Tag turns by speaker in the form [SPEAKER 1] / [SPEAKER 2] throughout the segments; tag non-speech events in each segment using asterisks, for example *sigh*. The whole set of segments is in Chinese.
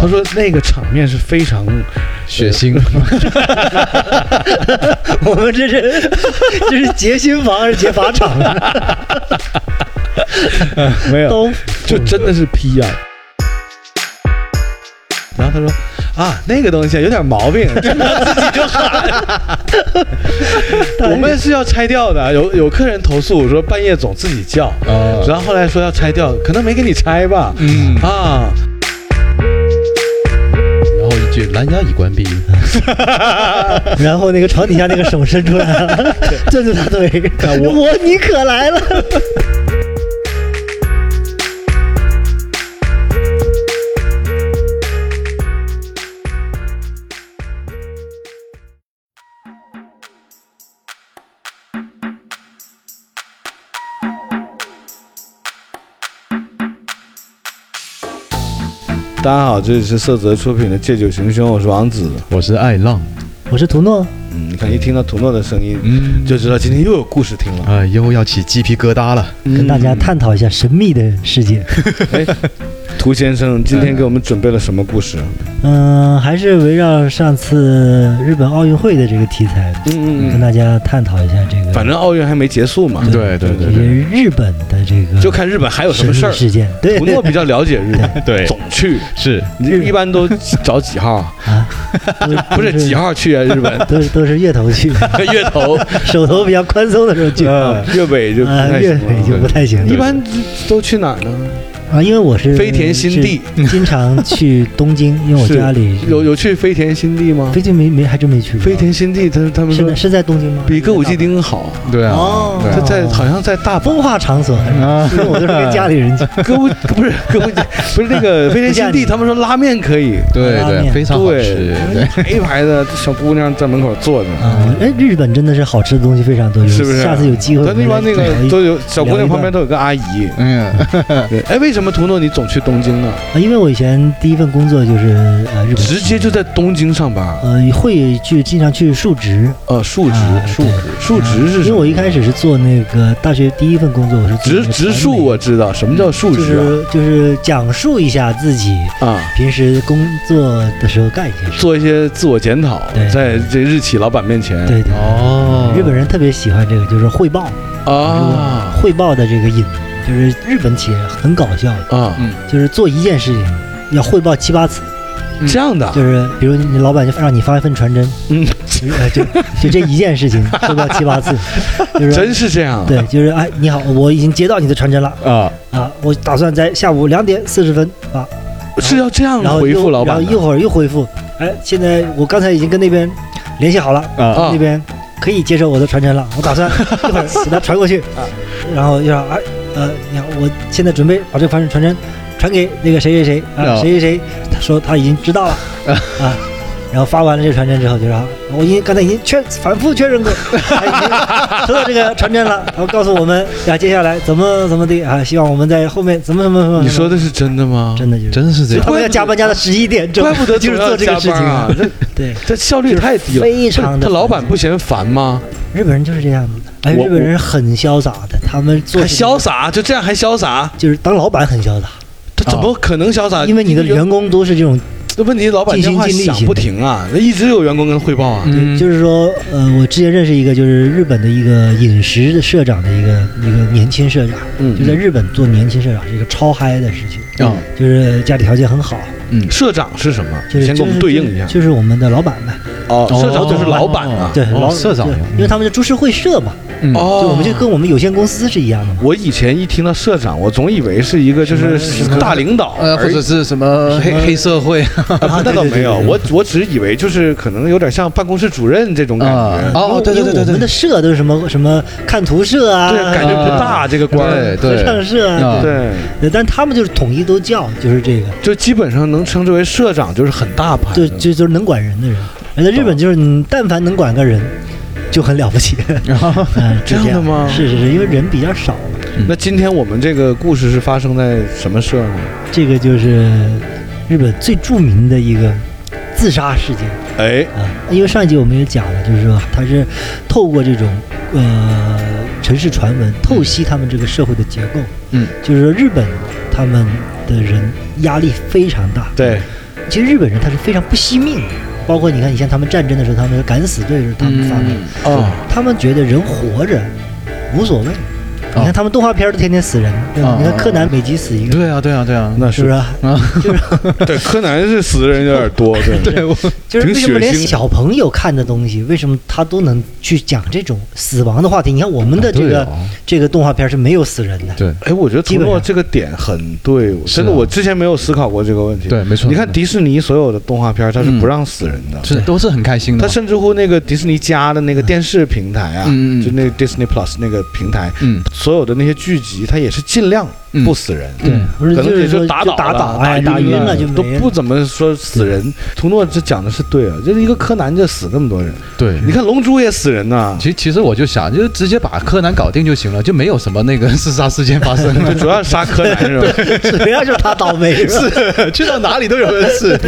[SPEAKER 1] 他说那个场面是非常，
[SPEAKER 2] 嗯血腥，
[SPEAKER 3] 我们
[SPEAKER 1] *laughs*
[SPEAKER 3] 这是这是劫新房还是劫法场啊？
[SPEAKER 1] *laughs* 没有，
[SPEAKER 3] 都
[SPEAKER 1] 就真的是批啊。然后他说啊，那个东西有点毛 *laughs* 病，真的自己就喊。我们是要拆掉的，啊有有客人投诉说半夜总自己叫，
[SPEAKER 2] 啊
[SPEAKER 1] 然后后来说要拆掉，可能没给你拆吧，
[SPEAKER 2] 嗯，
[SPEAKER 1] 啊，
[SPEAKER 2] 然后一句蓝牙已关闭，
[SPEAKER 3] *laughs* 然后那个床底下那个手伸出来了，攥住他腿，
[SPEAKER 1] 啊
[SPEAKER 3] 我你可来了。
[SPEAKER 1] 大家好，这里是色泽出品的《借酒行凶》，我是王子。
[SPEAKER 2] 我是爱浪，
[SPEAKER 3] 我是图诺，
[SPEAKER 1] 嗯，你看一听到土诺的声音，
[SPEAKER 2] 嗯
[SPEAKER 1] 就知道今天又有故事听了。
[SPEAKER 2] 啊，又要起鸡皮疙瘩了，
[SPEAKER 1] 嗯
[SPEAKER 3] 跟大家探讨一下神秘的
[SPEAKER 1] *laughs*
[SPEAKER 3] 世界。
[SPEAKER 1] 哎，涂先生今天给我们准备了什么故事？
[SPEAKER 3] 嗯，还是围绕上次日本奥运会的这个题材，
[SPEAKER 1] 嗯
[SPEAKER 3] 跟，大家探讨一下这个
[SPEAKER 1] 反正奥运还没结束嘛，
[SPEAKER 2] 对对
[SPEAKER 3] 这
[SPEAKER 2] 对
[SPEAKER 3] 些
[SPEAKER 2] 对
[SPEAKER 3] 日本的这个
[SPEAKER 1] 就看日本还有什
[SPEAKER 3] 神
[SPEAKER 1] 么
[SPEAKER 3] 秘
[SPEAKER 1] 事儿。
[SPEAKER 3] 事件。对
[SPEAKER 1] 土诺比较了解日 *laughs* 本，
[SPEAKER 2] 对，
[SPEAKER 1] 总去，
[SPEAKER 2] 是
[SPEAKER 1] 你一般都找几号？
[SPEAKER 3] 啊，都
[SPEAKER 1] *laughs* 不是几，号去啊？日本
[SPEAKER 3] 都是都是月头去，
[SPEAKER 1] *laughs* 月头，
[SPEAKER 3] 手头比较宽松的时候去。
[SPEAKER 1] 嗯月尾就不
[SPEAKER 3] 啊，
[SPEAKER 1] 太行
[SPEAKER 3] 越
[SPEAKER 1] 了
[SPEAKER 3] 北就不太行。
[SPEAKER 1] 一般都去哪儿呢？
[SPEAKER 3] 啊，因为我是
[SPEAKER 1] 飞田新地，
[SPEAKER 3] 是经常去
[SPEAKER 1] *laughs*
[SPEAKER 3] 东京，因为我
[SPEAKER 1] 是
[SPEAKER 3] 家里
[SPEAKER 1] 有有去飞田新地吗
[SPEAKER 3] 飞？田没没还真没去过。
[SPEAKER 1] 飞田新地，他他们
[SPEAKER 3] 是
[SPEAKER 1] 说
[SPEAKER 3] 在是在东京吗？
[SPEAKER 1] 比歌舞伎町好啊，
[SPEAKER 2] 对啊，
[SPEAKER 3] 哦
[SPEAKER 2] 对
[SPEAKER 1] 他
[SPEAKER 2] 啊
[SPEAKER 1] 在好像在大阪。
[SPEAKER 3] 文化场所，
[SPEAKER 2] 啊
[SPEAKER 3] 因为我都是跟家里
[SPEAKER 1] *laughs*
[SPEAKER 3] 人去。
[SPEAKER 1] 歌舞不是歌舞伎，不是那个飞天新地，他们说拉面可以，
[SPEAKER 2] 对
[SPEAKER 3] 拉
[SPEAKER 2] 对，
[SPEAKER 3] 面
[SPEAKER 2] 非常好吃
[SPEAKER 1] *laughs* 对，，一排一排的小姑娘在门口坐着，
[SPEAKER 3] 啊，哎，日本真的是好吃的东西非常多，有
[SPEAKER 1] 是不是
[SPEAKER 3] 下次有机会，
[SPEAKER 1] 咱那帮那
[SPEAKER 3] 嗯
[SPEAKER 1] 个都有小姑娘旁
[SPEAKER 3] 聊一
[SPEAKER 1] 边
[SPEAKER 3] 段
[SPEAKER 1] 都有个阿姨。
[SPEAKER 2] 嗯，
[SPEAKER 1] 对哎，为什么图诺你总去东京呢？
[SPEAKER 3] 啊，因为我以前第一份工作就是呃日本，
[SPEAKER 1] 直接就在东京上班？
[SPEAKER 3] 呃会去经常去述职，
[SPEAKER 1] 呃，述职
[SPEAKER 3] 啊，
[SPEAKER 1] 述
[SPEAKER 3] 对
[SPEAKER 1] 职，述职是什么？
[SPEAKER 3] 因为我一开始是做那个大学第一份工作，我是做
[SPEAKER 1] 植
[SPEAKER 3] 那个
[SPEAKER 1] 植
[SPEAKER 3] 传
[SPEAKER 1] 树
[SPEAKER 3] 媒
[SPEAKER 1] 我知道什么叫啊述
[SPEAKER 3] 就
[SPEAKER 1] 职啊
[SPEAKER 3] 是就是讲述一下自己
[SPEAKER 1] 啊，
[SPEAKER 3] 平时工作的时候干一些事。
[SPEAKER 1] 做一些自我检讨
[SPEAKER 3] 对，
[SPEAKER 1] 在这日企老板面前
[SPEAKER 3] 对对，
[SPEAKER 2] 哦
[SPEAKER 3] 日本人特别喜欢这个，就是汇报
[SPEAKER 1] 啊
[SPEAKER 3] 汇报的这个瘾，就是日本企业很搞笑，
[SPEAKER 1] 啊，
[SPEAKER 3] 就是嗯做一件事情要汇报七八次，
[SPEAKER 2] 嗯
[SPEAKER 1] 这样的啊
[SPEAKER 3] 就是比如你老板就让你发一份传真， *laughs*
[SPEAKER 1] 嗯
[SPEAKER 3] 呃，就就这一件事
[SPEAKER 1] *laughs*
[SPEAKER 3] 情汇报七八次，就是
[SPEAKER 1] 真是这样
[SPEAKER 3] 对，就是哎，你好，我已经接到你的传真了
[SPEAKER 1] 啊，
[SPEAKER 3] 啊，我打算在下午两点四十分啊，
[SPEAKER 1] 是要这样
[SPEAKER 3] 然后
[SPEAKER 1] 回复
[SPEAKER 3] 又
[SPEAKER 1] 老板
[SPEAKER 3] 然
[SPEAKER 1] 的
[SPEAKER 3] 后一会儿又回复，哎，现在我刚才已经跟那边联系好了，
[SPEAKER 1] 啊
[SPEAKER 3] 那边可以接受我的
[SPEAKER 1] *laughs*
[SPEAKER 3] 传真了，我打算一会儿给他传过去啊，然后就说哎呃，你好，我现在准备把这个传传真传给那个谁谁谁啊，
[SPEAKER 2] 啊
[SPEAKER 3] 谁谁谁，他说他已经
[SPEAKER 1] *laughs*
[SPEAKER 3] 知道了啊。然后发完了这个传真之后，就说啊我已经刚才已经确反复
[SPEAKER 1] *laughs*
[SPEAKER 3] 确认过，他已经收到这个传真了，然后告诉我们啊，接下来怎么怎么地啊，希望我们在后面怎么怎么怎么。
[SPEAKER 1] 你说的是真的吗？
[SPEAKER 3] 真的就是
[SPEAKER 2] 真是这
[SPEAKER 3] 所以
[SPEAKER 2] 样，
[SPEAKER 3] 他们要加班加到十一点钟，
[SPEAKER 1] 怪不得
[SPEAKER 3] *laughs* 就是
[SPEAKER 1] 总要
[SPEAKER 3] 做这个
[SPEAKER 1] 加
[SPEAKER 3] 事情
[SPEAKER 1] 班啊，
[SPEAKER 3] *laughs*
[SPEAKER 1] 这
[SPEAKER 3] 对，
[SPEAKER 1] 这效率太低了。
[SPEAKER 3] 非常的
[SPEAKER 1] 他老板不嫌烦吗？
[SPEAKER 3] 日本人就是这样子的，哎，
[SPEAKER 1] 我
[SPEAKER 3] 日本人很潇洒的，他们做
[SPEAKER 1] 还
[SPEAKER 3] 事情
[SPEAKER 1] 潇，洒，就这样还潇洒？
[SPEAKER 3] 就是当老板很潇洒，
[SPEAKER 1] 他怎么可能潇洒？
[SPEAKER 3] 啊因为你的员工都是这种，
[SPEAKER 1] 这问题，老板电话响不停啊，那一直有员工跟他汇报啊。
[SPEAKER 2] 嗯，
[SPEAKER 3] 就是说，呃，我之前认识一个就是日本的一个饮食的社长的一个一个年轻社长，
[SPEAKER 1] 嗯哦
[SPEAKER 3] 就在日本做年轻社长是一个超嗨的事情，
[SPEAKER 2] 啊，
[SPEAKER 3] 就是家里条件很好，
[SPEAKER 2] 嗯，
[SPEAKER 1] 社长是什么？
[SPEAKER 3] 就
[SPEAKER 1] 你
[SPEAKER 3] 是
[SPEAKER 1] 先给我们对应一下
[SPEAKER 3] 就。是就是我们的老板们，
[SPEAKER 1] 哦，
[SPEAKER 2] 哦
[SPEAKER 1] 社长就是老板啊。
[SPEAKER 3] 对，
[SPEAKER 2] 哦
[SPEAKER 3] 老
[SPEAKER 2] 社长
[SPEAKER 3] 对
[SPEAKER 2] 嗯
[SPEAKER 3] 因为他们是株式会社嘛，
[SPEAKER 2] 嗯
[SPEAKER 1] 哦，
[SPEAKER 3] 就我们就跟我们有限公司是一样的嘛。
[SPEAKER 1] 我以前一听到社长，我总以为是一个就是大领导，
[SPEAKER 2] 呃，或
[SPEAKER 1] 而
[SPEAKER 2] 者是什么黑黑社 *laughs* 会
[SPEAKER 1] 啊那倒没有，
[SPEAKER 3] 对对对对
[SPEAKER 1] 我我只以为就是可能有点像办公室主任这种感
[SPEAKER 2] 啊
[SPEAKER 1] 觉，，
[SPEAKER 2] 哦，对对
[SPEAKER 3] 因为
[SPEAKER 2] 对对
[SPEAKER 3] 我们的
[SPEAKER 2] 对，
[SPEAKER 3] 社都是什么什么看图社啊，
[SPEAKER 1] 对，感觉不大这个官儿 *laughs*
[SPEAKER 2] 对。
[SPEAKER 3] 合唱
[SPEAKER 2] 对，
[SPEAKER 3] 社啊，
[SPEAKER 2] 啊
[SPEAKER 1] 对，
[SPEAKER 3] 对，但他们就是统一都叫，就是这个，
[SPEAKER 1] 就基本上能称之为社长，就是很大牌
[SPEAKER 3] 就
[SPEAKER 1] 的。
[SPEAKER 3] 就就是能管人的人。而在日本就是你但凡能管个人，就很了不
[SPEAKER 1] *laughs*
[SPEAKER 3] 起。嗯， *laughs* 是
[SPEAKER 1] 啊这样的吗
[SPEAKER 3] 是是是，因为人比较少，
[SPEAKER 1] 那今天我们这个故事是发生在什么社呢？
[SPEAKER 3] 这个就是日本最著名的一个自杀事件
[SPEAKER 1] 哎，
[SPEAKER 3] 啊。因为上一集我们也讲了，就是说他是透过这种呃城市传闻透析他们这个社会的结构，
[SPEAKER 2] 嗯，
[SPEAKER 3] 就是说日本他们的人压力非常大，
[SPEAKER 1] 对，
[SPEAKER 3] 其实日本人他是非常不惜命的，包括你看以前他们战争的时候，他们是敢死队是他们发
[SPEAKER 1] 嗯
[SPEAKER 3] 明的，
[SPEAKER 2] 啊
[SPEAKER 3] 他们觉得人活着无所谓。你
[SPEAKER 1] 哦
[SPEAKER 3] 看他们动画片都天天死人，对吧？
[SPEAKER 2] 啊
[SPEAKER 3] 你看柯南每集死一个，
[SPEAKER 2] 对啊，对啊，对啊，
[SPEAKER 1] 那
[SPEAKER 3] 是不是？
[SPEAKER 2] 啊，
[SPEAKER 1] *laughs* 对，柯南是死的人有点多，对，
[SPEAKER 2] *laughs* 对我啊
[SPEAKER 3] 就是为什么连
[SPEAKER 1] 挺血腥
[SPEAKER 3] 小朋友看的东西，为什么他都能去讲这种死亡的话题？你看我们的
[SPEAKER 1] 啊
[SPEAKER 3] 这个、
[SPEAKER 1] 哦
[SPEAKER 3] 这个动画片是没有死人的，
[SPEAKER 2] 啊对
[SPEAKER 1] 哎，我觉得
[SPEAKER 3] 基
[SPEAKER 1] 涂
[SPEAKER 3] 本上
[SPEAKER 1] 诺这个点很对，我
[SPEAKER 2] 是
[SPEAKER 1] 真的，
[SPEAKER 2] 啊
[SPEAKER 1] 我之前没有思考过这个问题。
[SPEAKER 2] 对，没错。
[SPEAKER 1] 你看迪士尼所有的动画片，它是不让死人的，
[SPEAKER 2] 是都是很开心的
[SPEAKER 1] 它
[SPEAKER 2] 嘛，
[SPEAKER 1] 甚至乎那个迪士尼家的那个电视平台啊，
[SPEAKER 2] 嗯嗯嗯
[SPEAKER 1] 就那个 Disney Plus 那个平台，
[SPEAKER 2] 嗯
[SPEAKER 1] 所有的那些剧集，它也是尽量
[SPEAKER 2] 嗯
[SPEAKER 1] 不死人，
[SPEAKER 2] 对
[SPEAKER 3] 不是
[SPEAKER 1] 可能
[SPEAKER 3] 就
[SPEAKER 1] 也
[SPEAKER 3] 是说
[SPEAKER 1] 就
[SPEAKER 3] 就
[SPEAKER 1] 打倒了
[SPEAKER 3] 打倒，哎，
[SPEAKER 2] 打
[SPEAKER 3] 打
[SPEAKER 2] 晕
[SPEAKER 3] 晕
[SPEAKER 2] 了
[SPEAKER 3] 了就
[SPEAKER 1] 都
[SPEAKER 3] 没
[SPEAKER 1] 不 *laughs*
[SPEAKER 3] 了。
[SPEAKER 1] 怎么说死人。图诺这讲的是对啊，就是一个柯南就死那么多人，
[SPEAKER 2] 对。
[SPEAKER 1] 你看龙珠也死人呐、
[SPEAKER 2] 其实其实我就想，就直接把柯南搞定就行了，就没有什么那个 *laughs* 自杀事件发生
[SPEAKER 1] *laughs* 就主要是杀柯南是吧？
[SPEAKER 3] 主要就是他倒霉，是吧
[SPEAKER 1] 啊
[SPEAKER 2] 了，去到哪里都有人死。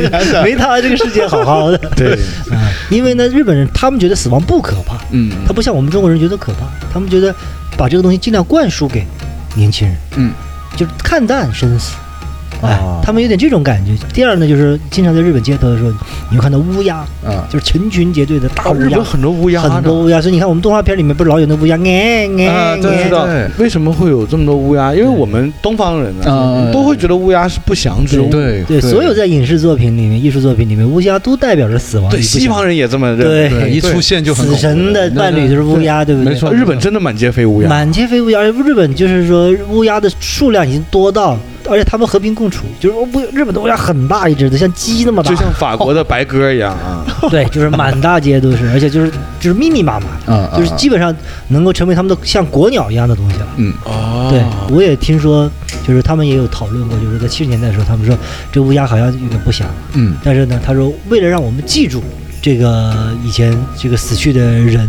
[SPEAKER 3] 没他这个世界好好
[SPEAKER 1] *laughs*
[SPEAKER 3] 的。
[SPEAKER 1] 对，
[SPEAKER 3] 啊因为呢，日本人他们觉得死亡不可怕，
[SPEAKER 2] 嗯
[SPEAKER 3] 他不像我们中国人觉得可怕，他们觉得把这个东西尽量灌输给年轻人，
[SPEAKER 2] 嗯，
[SPEAKER 3] 就是看淡生死。哎
[SPEAKER 2] 啊，
[SPEAKER 3] 他们有点这种感觉。第二呢，就是经常在日本街头的时候，你会看到乌鸦，
[SPEAKER 2] 啊，
[SPEAKER 3] 就是成群结队的大乌
[SPEAKER 1] 啊日
[SPEAKER 3] 鸦
[SPEAKER 1] 本，很多乌鸦呢，
[SPEAKER 3] 很多乌鸦。所以你看，我们动画片里面不是老有那乌鸦，哎
[SPEAKER 2] 啊
[SPEAKER 3] 哎
[SPEAKER 2] 对
[SPEAKER 1] 知
[SPEAKER 3] 哎，
[SPEAKER 1] 道
[SPEAKER 2] 对
[SPEAKER 1] 为什么会有这么多乌鸦？因为我们东方人呢
[SPEAKER 2] 嗯，
[SPEAKER 1] 都会觉得乌鸦是不祥之物。
[SPEAKER 2] 对
[SPEAKER 3] 对，所有在影视作品里面、艺术作品里面，乌鸦都代表着死亡。
[SPEAKER 1] 对，
[SPEAKER 3] 你不
[SPEAKER 1] 西
[SPEAKER 3] 想
[SPEAKER 1] 方人也这么认为。
[SPEAKER 3] 对
[SPEAKER 2] 对一出现就很
[SPEAKER 3] 死神的伴侣就是乌鸦，对不对？
[SPEAKER 2] 没错
[SPEAKER 1] 日本真的满街飞乌鸦。
[SPEAKER 3] 满街飞乌鸦，而日本就是说乌鸦的数量已经多到，而且他们和平共处，就是乌日本的乌鸦很大一只的，像鸡那么大
[SPEAKER 1] 就，
[SPEAKER 3] *laughs*
[SPEAKER 1] 像法国的白鸽一样啊，
[SPEAKER 3] 对，就是满大街都 *laughs* 是，而且就是就是密密麻麻，
[SPEAKER 2] 啊，
[SPEAKER 3] 就是基本上能够成为他们的像国鸟一样的东西了。
[SPEAKER 2] 嗯
[SPEAKER 1] 哦
[SPEAKER 3] 对，我也听说，就是他们也有讨论过，就是在七十年代的时候，他们说这乌鸦好像有点不祥，
[SPEAKER 2] 嗯
[SPEAKER 3] 但是呢，他说为了让我们记住这个以前这个死去的人，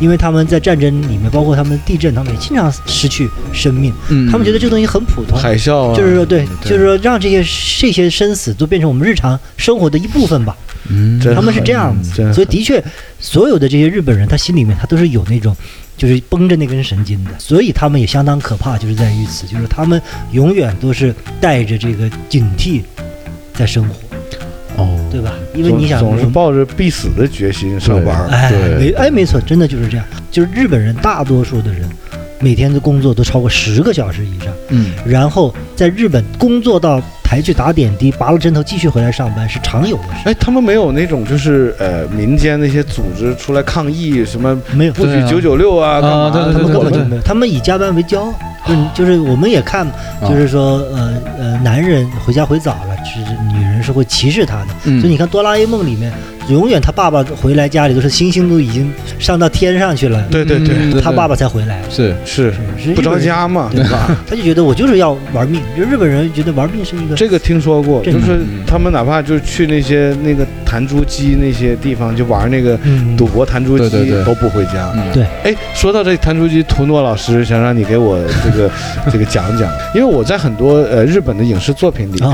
[SPEAKER 3] 因为他们在战争里面，包括他们地震，他们也经常失去生命，
[SPEAKER 2] 嗯，
[SPEAKER 3] 他们觉得这东西很普通。
[SPEAKER 1] 海啸啊，
[SPEAKER 3] 就是说，对，
[SPEAKER 1] 对
[SPEAKER 3] 就是说，让这些这些生死都变成我们日常生活的一部分
[SPEAKER 1] *laughs*
[SPEAKER 3] 吧。
[SPEAKER 2] 嗯
[SPEAKER 1] 真
[SPEAKER 3] 他们是
[SPEAKER 1] 狠
[SPEAKER 3] 这样子，
[SPEAKER 1] 嗯真
[SPEAKER 3] 所以的确，所有的这些日本人，他心里面他都是有那种，就是绷着那根神经的，所以他们也相当可怕，就是在于此，就是他们永远都是带着这个警惕在生活，
[SPEAKER 2] 哦，
[SPEAKER 3] 对吧？因为
[SPEAKER 1] 总
[SPEAKER 3] 你想，
[SPEAKER 1] 总是
[SPEAKER 3] 我们
[SPEAKER 1] 抱着必死的决心上班儿。
[SPEAKER 3] 哎，
[SPEAKER 2] 对
[SPEAKER 3] 没哎，没错，真的就是这样，就是日本人大多数的人，每天的工作都超过十个小时以上，
[SPEAKER 2] 嗯
[SPEAKER 3] 然后在日本工作到抬去打点滴，拔了针头继续回来上班是常有的事，
[SPEAKER 1] 哎，他们没有那种就是呃民间那些组织出来抗议什么
[SPEAKER 3] 没有。
[SPEAKER 1] 不
[SPEAKER 2] 对
[SPEAKER 1] 许
[SPEAKER 2] 啊
[SPEAKER 1] 九九六啊，
[SPEAKER 2] 啊
[SPEAKER 1] 干嘛他们
[SPEAKER 3] 他们
[SPEAKER 2] 对对对
[SPEAKER 3] 根
[SPEAKER 1] 我
[SPEAKER 3] 本
[SPEAKER 1] 们
[SPEAKER 3] 就没有，他们以加班为骄
[SPEAKER 1] 啊
[SPEAKER 3] 傲。就是就是，我们也看，就是说，呃呃，男人回家回早了，是女人是会歧视他的。
[SPEAKER 2] 嗯，
[SPEAKER 3] 所以你看《哆啦 A 梦》里面，永远他爸爸回来家里都是星星都已经上到天上去了，
[SPEAKER 1] 对对
[SPEAKER 2] 嗯
[SPEAKER 1] 对，
[SPEAKER 3] 嗯他爸爸才回来。
[SPEAKER 2] 是
[SPEAKER 1] 是
[SPEAKER 3] 是
[SPEAKER 1] 不着，家嘛，
[SPEAKER 3] 是日本人对吧？他就觉得我就是要玩命，就日本人觉得玩命是一个，
[SPEAKER 1] 这个听说过，
[SPEAKER 3] 这
[SPEAKER 1] 就
[SPEAKER 3] 个
[SPEAKER 1] 是
[SPEAKER 2] 嗯
[SPEAKER 1] 他们哪怕就是去那些那个弹珠机那些地方，就玩那个
[SPEAKER 3] 嗯，
[SPEAKER 1] 赌博弹珠机，
[SPEAKER 2] 对对对
[SPEAKER 1] 都不回家。
[SPEAKER 2] 嗯
[SPEAKER 3] 对
[SPEAKER 1] 哎，说到这弹珠机，图诺老师想让你给我这个这个讲讲，因为我在很多呃日本的影视作
[SPEAKER 2] *laughs*
[SPEAKER 1] 品里。
[SPEAKER 3] 啊，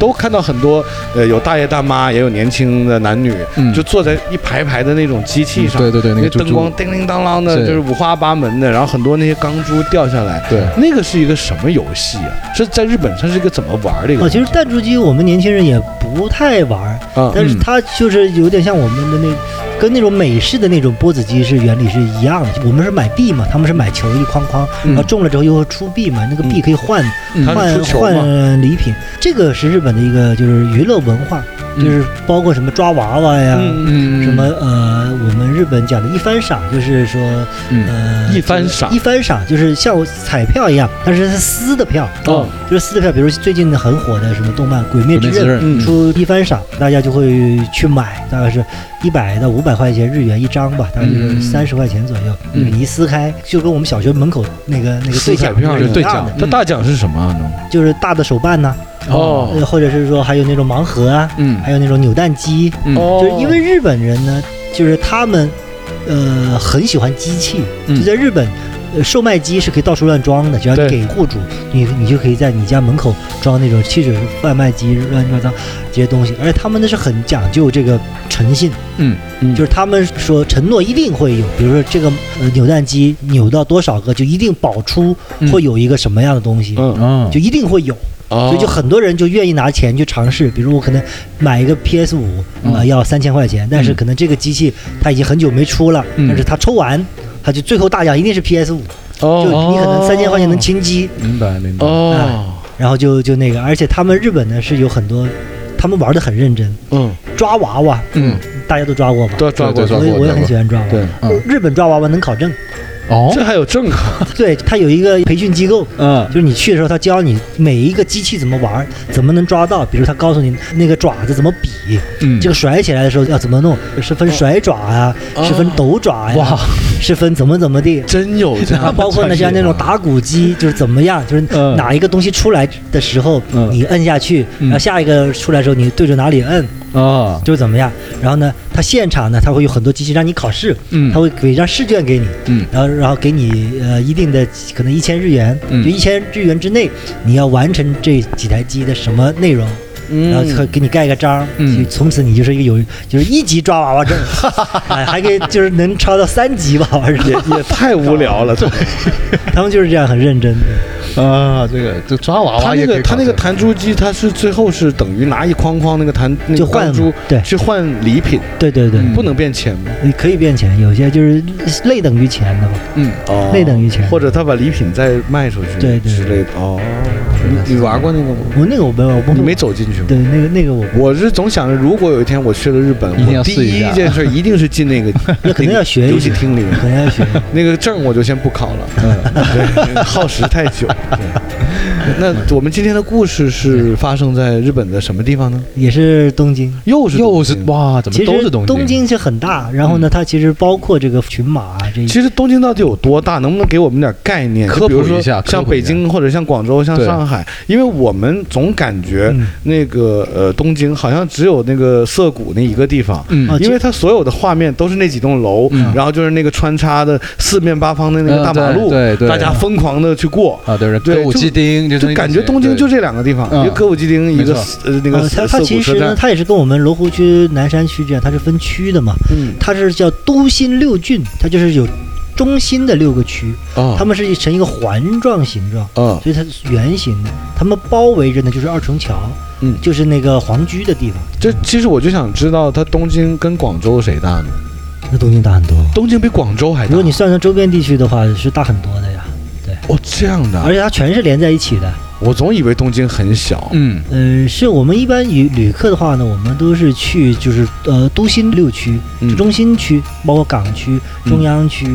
[SPEAKER 1] 都看到很多，呃，有大爷大妈，也有年轻的男女，
[SPEAKER 2] 嗯
[SPEAKER 1] 就坐在一排排的那种机器上，
[SPEAKER 2] 对对对，
[SPEAKER 1] 那
[SPEAKER 2] 那个
[SPEAKER 1] 灯光叮叮当当的，
[SPEAKER 2] 是
[SPEAKER 1] 就是五花八门的，然后很多那些钢珠掉下来，
[SPEAKER 2] 对
[SPEAKER 1] 那个是一个什么游戏啊？是在日本它是一个怎么玩的一个
[SPEAKER 3] 哦，
[SPEAKER 1] 游
[SPEAKER 3] 其
[SPEAKER 1] 戏？
[SPEAKER 3] 实弹珠机我们年轻人也不太玩，
[SPEAKER 1] 啊
[SPEAKER 3] 但是
[SPEAKER 2] 嗯
[SPEAKER 3] 它就是有点像我们的那，跟那种美式的那种波子机是原理是一样的。我们是买币嘛，他们是买球一筐筐，然后中了之后又会出币嘛，那个币可以换
[SPEAKER 1] 嗯它是
[SPEAKER 3] 换
[SPEAKER 1] 出球嘛
[SPEAKER 3] 换礼品。这个是日本的一个就是娱乐文化，就是包括什么抓娃娃呀，
[SPEAKER 1] 嗯，
[SPEAKER 2] 嗯
[SPEAKER 3] 什么呃，我们日本讲的一番赏，就是说
[SPEAKER 2] 嗯
[SPEAKER 3] 呃
[SPEAKER 1] 一番赏
[SPEAKER 3] 一番赏就是像彩票一样，但是它是撕的票，
[SPEAKER 1] 哦，
[SPEAKER 3] 就是撕的票。比如最近很火的什么动漫《鬼灭之刃》。
[SPEAKER 1] 嗯
[SPEAKER 3] 出一番赏，大家就会去买，大概是一百到五百块钱日元一张吧，大概就是
[SPEAKER 2] 嗯
[SPEAKER 3] 三十块钱左右。
[SPEAKER 2] 嗯
[SPEAKER 3] 你一撕开，就跟我们小学门口那个那个
[SPEAKER 1] 撕
[SPEAKER 3] 兑
[SPEAKER 1] 彩
[SPEAKER 3] 奖
[SPEAKER 1] 票
[SPEAKER 3] 是
[SPEAKER 2] 就兑
[SPEAKER 3] 一样
[SPEAKER 2] 奖
[SPEAKER 3] 的，
[SPEAKER 1] 它大奖是什么啊？
[SPEAKER 3] 就是大的手办呐、
[SPEAKER 1] 哦
[SPEAKER 3] 呃或者是说还有那种盲盒啊，
[SPEAKER 2] 嗯
[SPEAKER 3] 还有那种扭蛋机，
[SPEAKER 2] 嗯
[SPEAKER 1] 哦
[SPEAKER 3] 就是因为日本人呢，就是他们呃很喜欢机器，
[SPEAKER 2] 嗯
[SPEAKER 3] 就在日本。呃售卖机是可以到处乱装的，只要你
[SPEAKER 1] 对
[SPEAKER 3] 给户主，你你就可以在你家门口装那种汽水贩卖机、乱七八糟这些东西。而且他们呢是很讲究这个诚信，
[SPEAKER 2] 嗯
[SPEAKER 1] 嗯
[SPEAKER 3] 就是他们说承诺一定会有，比如说这个呃扭蛋机扭到多少个就一定保出
[SPEAKER 2] 嗯
[SPEAKER 3] 会有一个什么样的东西，
[SPEAKER 1] 嗯，
[SPEAKER 2] 啊
[SPEAKER 3] 就一定会有。
[SPEAKER 2] 哦
[SPEAKER 3] 所以就很多人就愿意拿钱去尝试，比如我可能买一个 PS 五
[SPEAKER 2] 嗯
[SPEAKER 3] 啊、要三千块钱，但是
[SPEAKER 2] 嗯
[SPEAKER 3] 可能这个机器它已经很久没出了，
[SPEAKER 2] 嗯
[SPEAKER 3] 但是它抽完。它就最后大奖一定是 PS 五，就
[SPEAKER 1] 哦
[SPEAKER 3] 你可能三千块钱能啊清机，
[SPEAKER 2] 明白明白。
[SPEAKER 1] 哦，
[SPEAKER 3] 然后就就那个，而且他们日本呢是有很多，他们玩的很认真，
[SPEAKER 1] 嗯，
[SPEAKER 3] 抓娃娃，
[SPEAKER 2] 嗯，
[SPEAKER 3] 大家都抓过吧？
[SPEAKER 1] 都要抓过
[SPEAKER 2] 对
[SPEAKER 1] 抓
[SPEAKER 3] 我
[SPEAKER 1] 过
[SPEAKER 3] 也，我也
[SPEAKER 2] 抓过
[SPEAKER 3] 很喜欢抓娃娃。
[SPEAKER 1] 对，
[SPEAKER 2] 嗯
[SPEAKER 3] 日本抓娃娃能考证，
[SPEAKER 2] 哦，
[SPEAKER 1] 这还有正考，
[SPEAKER 3] 对他有一个培训机构，
[SPEAKER 2] 嗯
[SPEAKER 3] 就是你去的时候，他教你每一个机器怎么玩，怎么能抓到。比如他告诉你那个爪子怎么比，
[SPEAKER 2] 嗯，
[SPEAKER 3] 这个甩起来的时候要怎么弄，是分甩爪啊，
[SPEAKER 1] 哦
[SPEAKER 3] 是分抖爪呀、
[SPEAKER 2] 哇，
[SPEAKER 3] 是分怎么怎么地。
[SPEAKER 1] 真有这样
[SPEAKER 3] 啊，
[SPEAKER 1] 的
[SPEAKER 3] *laughs* 包括那像那种打鼓机，就是怎么样，就是
[SPEAKER 2] 嗯
[SPEAKER 3] 哪一个东西出来的时候，
[SPEAKER 2] 嗯
[SPEAKER 3] 你摁下去，
[SPEAKER 2] 嗯
[SPEAKER 3] 然后下一个出来的时候，你对着哪里摁，
[SPEAKER 2] 啊，
[SPEAKER 3] 就是怎么样。然后呢，他现场呢，他会有很多机器让你考试，
[SPEAKER 2] 嗯
[SPEAKER 3] 他会给一张试卷给你，
[SPEAKER 2] 嗯
[SPEAKER 3] 然后然后给你呃一定的可能一千日元，
[SPEAKER 2] 嗯
[SPEAKER 3] 就一千日元之内你要完成这几台机的什么内容，
[SPEAKER 1] 嗯
[SPEAKER 3] 然后他给你盖个章，
[SPEAKER 2] 嗯
[SPEAKER 3] 就从此你就是一个有就是一级抓娃娃证，哎， *laughs* 还可以就是能超到三级娃娃
[SPEAKER 1] 也
[SPEAKER 3] 证，
[SPEAKER 1] 也太无聊了，对。
[SPEAKER 3] *laughs* 他们就是这样很认真的。
[SPEAKER 2] 啊，这个嗯这抓娃
[SPEAKER 1] 他
[SPEAKER 2] 娃
[SPEAKER 1] 那
[SPEAKER 2] 也可
[SPEAKER 1] 个
[SPEAKER 2] 以
[SPEAKER 1] 他那个
[SPEAKER 2] 考
[SPEAKER 1] 弹珠机，它是最后是等于拿一筐筐那个弹那个
[SPEAKER 3] 就换
[SPEAKER 1] 弹
[SPEAKER 3] 嘛
[SPEAKER 1] 珠
[SPEAKER 3] 对
[SPEAKER 1] 去换礼品，
[SPEAKER 3] 对对对，
[SPEAKER 2] 嗯
[SPEAKER 1] 不能变钱吗？
[SPEAKER 3] 你可以变钱，有些就是类等于钱的吧，
[SPEAKER 2] 嗯，
[SPEAKER 1] 哦
[SPEAKER 3] 类等于钱。
[SPEAKER 1] 或者他把礼品再卖出去，
[SPEAKER 3] 对对
[SPEAKER 1] 之类的。哦，你你玩过那个吗？
[SPEAKER 3] 我那个我没有，我不
[SPEAKER 1] 你没走进去吗？
[SPEAKER 3] 对那个那个我
[SPEAKER 1] 我是总想着，如果有一天我去了日本，
[SPEAKER 2] 一定要
[SPEAKER 1] 我第
[SPEAKER 2] 试一下
[SPEAKER 1] 件事一定是进那个
[SPEAKER 3] *laughs* 那肯定要学
[SPEAKER 1] 那
[SPEAKER 3] 一
[SPEAKER 1] 个
[SPEAKER 3] 学
[SPEAKER 1] 游戏厅里面。
[SPEAKER 3] *laughs* 可能要学。
[SPEAKER 1] 那个证我就先不考了，
[SPEAKER 3] 嗯
[SPEAKER 1] 对，耗时太
[SPEAKER 3] *laughs*
[SPEAKER 1] 久。对那我们今天的故事是发生在日本的什么地方呢？
[SPEAKER 3] 也是东京，
[SPEAKER 1] 又是
[SPEAKER 2] 又
[SPEAKER 1] 东
[SPEAKER 2] 是
[SPEAKER 1] 京嗯
[SPEAKER 2] 哇，怎么
[SPEAKER 3] 其
[SPEAKER 2] 都是
[SPEAKER 3] 实
[SPEAKER 2] 东
[SPEAKER 3] 东京是很大，然后呢，它其实包括这个群马啊这一
[SPEAKER 1] 其实东京到底有多大？能不能给我们点概念？
[SPEAKER 2] 嗯
[SPEAKER 1] 就
[SPEAKER 2] 科普
[SPEAKER 1] 比如说
[SPEAKER 2] 一下科普
[SPEAKER 1] 像北京或者像广州、像
[SPEAKER 2] 对
[SPEAKER 1] 上海，因为我们总感觉
[SPEAKER 3] 嗯
[SPEAKER 1] 那个呃东京好像只有那个涩谷那一个地方。
[SPEAKER 2] 嗯
[SPEAKER 3] 啊
[SPEAKER 1] 因为它所有的画面都是那几栋楼，
[SPEAKER 2] 嗯
[SPEAKER 1] 然后就是那个穿插的四面八方的那个大马路，
[SPEAKER 2] 嗯对对对
[SPEAKER 1] 大家疯狂的去过，
[SPEAKER 2] 啊，对
[SPEAKER 1] 对
[SPEAKER 2] 歌舞
[SPEAKER 1] 就
[SPEAKER 2] 伎町就是
[SPEAKER 1] 就
[SPEAKER 2] 那
[SPEAKER 1] 感
[SPEAKER 2] 些
[SPEAKER 1] 觉东京
[SPEAKER 2] 对
[SPEAKER 1] 就这两个地方，
[SPEAKER 2] 嗯
[SPEAKER 1] 一个歌舞伎町，一
[SPEAKER 2] 没
[SPEAKER 1] 个
[SPEAKER 2] 错
[SPEAKER 1] 呃那个
[SPEAKER 3] 呃，它它
[SPEAKER 1] 涩
[SPEAKER 3] 其
[SPEAKER 1] 谷车
[SPEAKER 3] 实呢，
[SPEAKER 1] 站。
[SPEAKER 3] 它也是跟我们罗湖区、南山区这样，它是分区的嘛。
[SPEAKER 1] 嗯，
[SPEAKER 3] 它是叫都心六郡，它就是有中心的六个区，
[SPEAKER 1] 哦
[SPEAKER 3] 它们是成一个环状形状，
[SPEAKER 1] 哦，
[SPEAKER 3] 所以它是圆形的。它们包围着呢就是二重桥，
[SPEAKER 1] 嗯
[SPEAKER 3] 就是那个皇居的地方。
[SPEAKER 1] 这其实我就想知道，它东京跟广州谁大呢？
[SPEAKER 3] 那东京大很多。
[SPEAKER 1] 东京比广州还大。
[SPEAKER 3] 如果你算算周边地区的话，是大很多的呀。
[SPEAKER 1] 哦这样的啊，
[SPEAKER 3] 而且它全是连在一起的。
[SPEAKER 1] 我总以为东京很小，
[SPEAKER 2] 嗯
[SPEAKER 3] 呃，是我们一般旅旅客的话呢，我们都是去就是呃都心六区，
[SPEAKER 1] 嗯
[SPEAKER 3] 就中心区，包括港区、
[SPEAKER 1] 嗯
[SPEAKER 3] 中央区，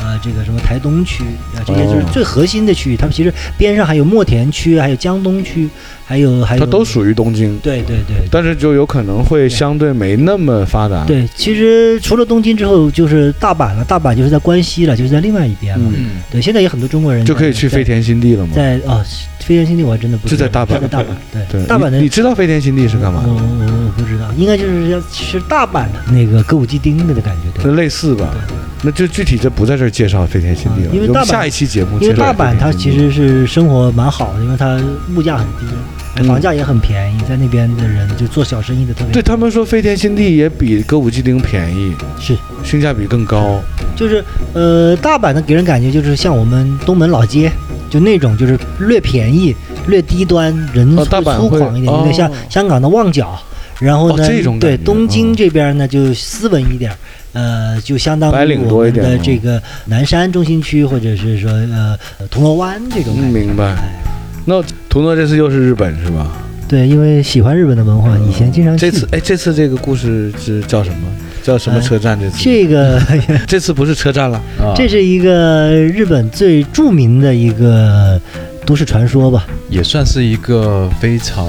[SPEAKER 3] 呃，这个什么台东区啊，这些就是
[SPEAKER 1] 哦
[SPEAKER 3] 最核心的区域。他们其实边上还有墨田区，还有江东区，还有还有
[SPEAKER 1] 它都属于东京，
[SPEAKER 3] 对对对
[SPEAKER 1] 但是就有可能会相对没那么发达。，
[SPEAKER 3] 对。其实除了东京之后，就是大阪啊了，大阪就是在关西了，就是在另外一边了。
[SPEAKER 1] 嗯，
[SPEAKER 2] 嗯
[SPEAKER 3] 对，现在有很多中国人
[SPEAKER 1] 就可以去
[SPEAKER 3] 在
[SPEAKER 1] 飞田新地了吗？
[SPEAKER 3] 在啊，飞天新地我还真的不
[SPEAKER 1] 就
[SPEAKER 3] 知
[SPEAKER 1] 在
[SPEAKER 3] 道
[SPEAKER 1] 大阪
[SPEAKER 3] 在大阪对
[SPEAKER 1] 对，
[SPEAKER 3] 大阪的嗯
[SPEAKER 1] 你你知道飞田新地是干嘛的？
[SPEAKER 3] 我我我不知道，应该就是要是大阪的那个歌舞伎町的感觉，对吧
[SPEAKER 1] 那。类似吧
[SPEAKER 3] 对，
[SPEAKER 1] 那就具体就不在这儿介绍飞田新地了，
[SPEAKER 3] 啊因为
[SPEAKER 1] 我们
[SPEAKER 3] 大阪
[SPEAKER 1] 下一期节目
[SPEAKER 3] 因
[SPEAKER 1] 介
[SPEAKER 3] 为
[SPEAKER 1] 绍
[SPEAKER 3] 大
[SPEAKER 1] 飞
[SPEAKER 3] 阪
[SPEAKER 1] 田
[SPEAKER 3] 它
[SPEAKER 1] 新
[SPEAKER 3] 其
[SPEAKER 1] 地
[SPEAKER 3] 实是生活蛮好的，因为它物价很低，哎
[SPEAKER 1] 嗯
[SPEAKER 3] 房价也很便宜，在那边的人就做小生意的特别
[SPEAKER 1] 对他们说飞田新地也比歌舞伎町便宜，
[SPEAKER 3] 是
[SPEAKER 1] 性价比更高。
[SPEAKER 3] 就是呃，大阪的给人感觉就是像我们东门老街，就那种就是略便宜、略低端，人
[SPEAKER 1] 哦
[SPEAKER 3] 粗
[SPEAKER 1] 大阪
[SPEAKER 3] 粗
[SPEAKER 1] 会
[SPEAKER 3] 犷一点，有点像
[SPEAKER 1] 哦
[SPEAKER 3] 香港的旺角。然后呢，
[SPEAKER 1] 哦这种感
[SPEAKER 3] 对
[SPEAKER 1] 觉
[SPEAKER 3] 东京这边呢就斯文一点，呃，就相当
[SPEAKER 1] 白
[SPEAKER 3] 于
[SPEAKER 1] 领
[SPEAKER 3] 我
[SPEAKER 1] 多一
[SPEAKER 3] 们
[SPEAKER 1] 点哦
[SPEAKER 3] 的
[SPEAKER 1] 吗
[SPEAKER 3] 这个南山中心区，或者是说呃铜锣湾这种感
[SPEAKER 1] 嗯，
[SPEAKER 3] 觉。
[SPEAKER 1] 明白。那图诺这次又是日本是吧？
[SPEAKER 3] 对，因为喜欢日本的文化，以前经常
[SPEAKER 1] 这
[SPEAKER 3] 去。
[SPEAKER 1] 次哎，这次这个故事是叫什么？叫什么
[SPEAKER 3] 哎
[SPEAKER 1] 车站？这次 *laughs*
[SPEAKER 3] 这个
[SPEAKER 1] 这次不是车站了。
[SPEAKER 2] 啊，
[SPEAKER 3] 这是一个日本最著名的一个都市传说吧，
[SPEAKER 2] 也算是一个非常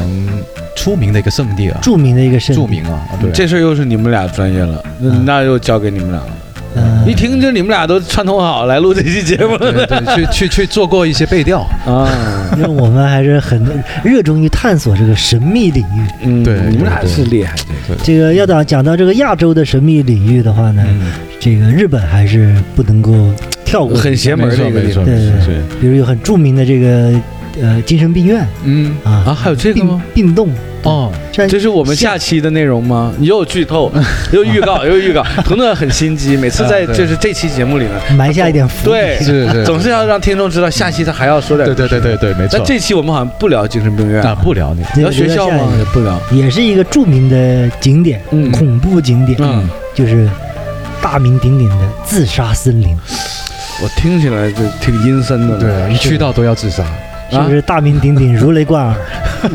[SPEAKER 2] 出名的一个圣地啊，
[SPEAKER 3] 著名的一个神。
[SPEAKER 2] 著名啊，啊对，
[SPEAKER 1] 这事儿又是你们俩专业了，那
[SPEAKER 3] 嗯
[SPEAKER 1] 那又交给你们俩了。
[SPEAKER 3] 嗯
[SPEAKER 1] 一听就你们俩都串通好来录这期节目
[SPEAKER 2] 对对，去去去做过一些背调，
[SPEAKER 1] *laughs* 啊。
[SPEAKER 3] 因为我们还是很热衷于探索这个神秘领域。
[SPEAKER 1] 嗯，
[SPEAKER 2] 对
[SPEAKER 1] 你们俩
[SPEAKER 2] 对
[SPEAKER 1] 是厉害。
[SPEAKER 2] 对对，
[SPEAKER 3] 这个要讲讲到这个亚洲的神秘领域的话呢，
[SPEAKER 2] 嗯，
[SPEAKER 3] 这个日本还是不能够跳过。
[SPEAKER 1] 很邪门
[SPEAKER 2] 没
[SPEAKER 1] 的
[SPEAKER 2] 错
[SPEAKER 1] 一个
[SPEAKER 2] 没
[SPEAKER 1] 地
[SPEAKER 2] 错
[SPEAKER 1] 方。
[SPEAKER 3] 对
[SPEAKER 2] 没
[SPEAKER 3] 对
[SPEAKER 2] 错，
[SPEAKER 3] 比如有很著名的这个呃精神病院
[SPEAKER 2] 嗯
[SPEAKER 3] 啊
[SPEAKER 2] 啊，还有这个
[SPEAKER 3] 病
[SPEAKER 2] 吗？
[SPEAKER 3] 病洞，
[SPEAKER 2] 哦，
[SPEAKER 3] 这
[SPEAKER 1] 这是我们哎下期的内容吗？又有剧 *laughs* 透，又预告，又预告。彤彤很心 *laughs* 机，每次在
[SPEAKER 2] 啊对
[SPEAKER 1] 就是这期节目里呢，
[SPEAKER 3] 埋下一点伏笔。
[SPEAKER 1] 对
[SPEAKER 2] 是是，
[SPEAKER 1] 总是要让听众知道下期他还要说点。
[SPEAKER 2] 对对对。对对，没错
[SPEAKER 1] 但。这期我们好像不聊精神病院，
[SPEAKER 2] 啊，不聊那个，
[SPEAKER 3] 这个
[SPEAKER 1] 聊学校
[SPEAKER 3] 下
[SPEAKER 1] 吗？
[SPEAKER 3] 一
[SPEAKER 1] 也
[SPEAKER 3] 个
[SPEAKER 1] 不聊。
[SPEAKER 3] 也是一个著名的景点，
[SPEAKER 1] 嗯
[SPEAKER 3] 恐怖景点，
[SPEAKER 1] 嗯，
[SPEAKER 3] 就是大名鼎鼎的自杀森林，
[SPEAKER 1] 啊我听起来就挺阴森的。
[SPEAKER 2] 对，一去到都要自杀。
[SPEAKER 3] 是不是大名鼎鼎、如雷贯耳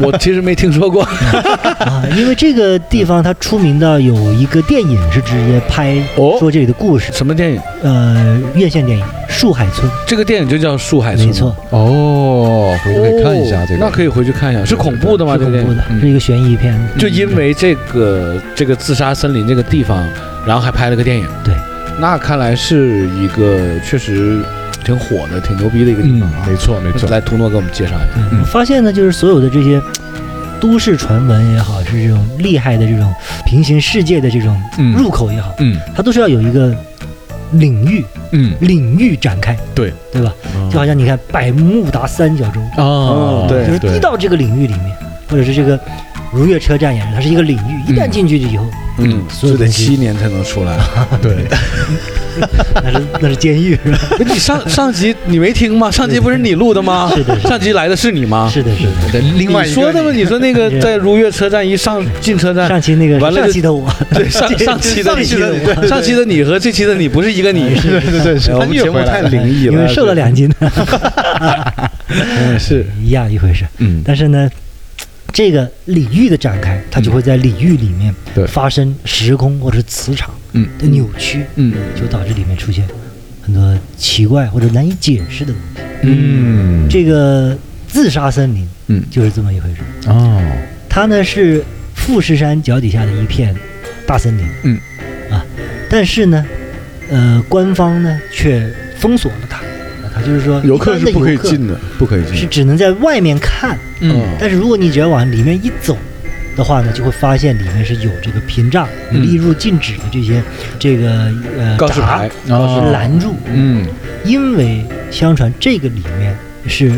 [SPEAKER 1] 我其实没听说过。
[SPEAKER 3] 啊？因为这个地方它出名到有一个电影是直接拍
[SPEAKER 1] *laughs* 哦
[SPEAKER 3] 说这里的故事，
[SPEAKER 1] 什么电影？
[SPEAKER 3] 呃，院线电影《树海村
[SPEAKER 1] 这个电影就叫《树海》，村》。
[SPEAKER 3] 没错，
[SPEAKER 2] 哦，
[SPEAKER 1] 哦，
[SPEAKER 2] 回去可以看一下这个。
[SPEAKER 1] 那可以回去看一下。哦是恐怖的吗？
[SPEAKER 3] 是
[SPEAKER 1] 这个
[SPEAKER 3] 恐
[SPEAKER 1] 电
[SPEAKER 3] 怖
[SPEAKER 1] 影？
[SPEAKER 3] 的，
[SPEAKER 2] 嗯
[SPEAKER 3] 是一个悬疑片。
[SPEAKER 1] 就因为这个这个自杀森林这个地方，然后还拍了个电影。
[SPEAKER 3] 对，
[SPEAKER 1] 那看来是一个确实挺火的、挺牛逼的一个地
[SPEAKER 2] 嗯
[SPEAKER 1] 方啊，。
[SPEAKER 2] 没错没错。
[SPEAKER 1] 来，图诺给我们介绍一下。
[SPEAKER 3] 嗯，我发现呢，就是所有的这些都市传闻也好，是这种厉害的这种平行世界的这种
[SPEAKER 2] 嗯
[SPEAKER 3] 入口也好，
[SPEAKER 2] 嗯
[SPEAKER 3] 它都是要有一个领域
[SPEAKER 2] 嗯
[SPEAKER 3] 领域展开，
[SPEAKER 2] 对
[SPEAKER 3] 对吧？就
[SPEAKER 1] 就
[SPEAKER 3] 好像你看百慕达三角洲，
[SPEAKER 2] 哦
[SPEAKER 1] 嗯，对
[SPEAKER 3] 就是一到这个领域里面，或者是这个如月车站也是，它是一个领域，一旦
[SPEAKER 2] 嗯
[SPEAKER 3] 进
[SPEAKER 1] *laughs*
[SPEAKER 3] 去以后，
[SPEAKER 1] 嗯，
[SPEAKER 3] 所
[SPEAKER 1] 就
[SPEAKER 3] 有
[SPEAKER 1] 得
[SPEAKER 3] 东西
[SPEAKER 1] 七年才能出来。
[SPEAKER 2] 对，
[SPEAKER 3] 那是那是监狱，是吧？
[SPEAKER 1] 不是 *laughs* 你上上集你没听吗？ *laughs* 上集不是你录的吗？
[SPEAKER 3] 是的，是
[SPEAKER 1] 上集来的啊是你吗？
[SPEAKER 3] 是的，是的。
[SPEAKER 2] 对另外
[SPEAKER 1] 你
[SPEAKER 2] 一
[SPEAKER 1] 说
[SPEAKER 2] 个
[SPEAKER 1] 的吗？ *laughs* 你说那个
[SPEAKER 3] 对
[SPEAKER 1] 在如月车站一上进车站，
[SPEAKER 3] 上期那个
[SPEAKER 1] 完了
[SPEAKER 3] 上
[SPEAKER 1] 就
[SPEAKER 3] 期的我，
[SPEAKER 1] *laughs* 对上
[SPEAKER 3] 这
[SPEAKER 1] 上期的
[SPEAKER 3] 上期的我
[SPEAKER 1] 你，上期的你和这期的你不是一个你。 *laughs*
[SPEAKER 2] 对对对，
[SPEAKER 1] 哎
[SPEAKER 2] 是
[SPEAKER 1] 我
[SPEAKER 2] 他
[SPEAKER 1] 们
[SPEAKER 2] 越
[SPEAKER 1] 节目
[SPEAKER 2] 回来
[SPEAKER 1] 太灵异了，
[SPEAKER 3] *laughs* 因为瘦了两斤， *laughs*
[SPEAKER 1] 嗯是
[SPEAKER 3] 一样一回事。
[SPEAKER 2] 嗯，
[SPEAKER 3] 但是呢，这个领域的展
[SPEAKER 1] 嗯
[SPEAKER 3] 开，它就会在领域里面
[SPEAKER 2] 对
[SPEAKER 3] 发生时空或者是磁场
[SPEAKER 2] 嗯
[SPEAKER 3] 的扭曲，
[SPEAKER 2] 嗯
[SPEAKER 3] 就导致里面出现很多奇怪或者难以解释的东西。
[SPEAKER 2] 嗯
[SPEAKER 3] 这个自杀森林
[SPEAKER 2] 嗯
[SPEAKER 3] 就是这么一回事。
[SPEAKER 2] 哦
[SPEAKER 3] 它呢是富士山脚底下的一片大森林，
[SPEAKER 2] 嗯
[SPEAKER 3] 啊，但是呢，呃，官方呢却封锁了它，啊它就是说
[SPEAKER 1] 游客
[SPEAKER 3] 一
[SPEAKER 1] 是
[SPEAKER 3] 般的
[SPEAKER 1] 不可以
[SPEAKER 3] 游客
[SPEAKER 1] 进的，不可以
[SPEAKER 3] 是
[SPEAKER 1] 进。
[SPEAKER 3] 只能在外面看，
[SPEAKER 2] 嗯
[SPEAKER 3] 但是如果你只要往里面一走的话呢，就会发现里面是有这个屏障、
[SPEAKER 2] 嗯
[SPEAKER 3] 列入禁止的这些这个呃
[SPEAKER 1] 告示
[SPEAKER 3] 闸
[SPEAKER 1] 牌，
[SPEAKER 2] 哦
[SPEAKER 3] 拦住，
[SPEAKER 2] 嗯
[SPEAKER 3] 因为相传这个里面是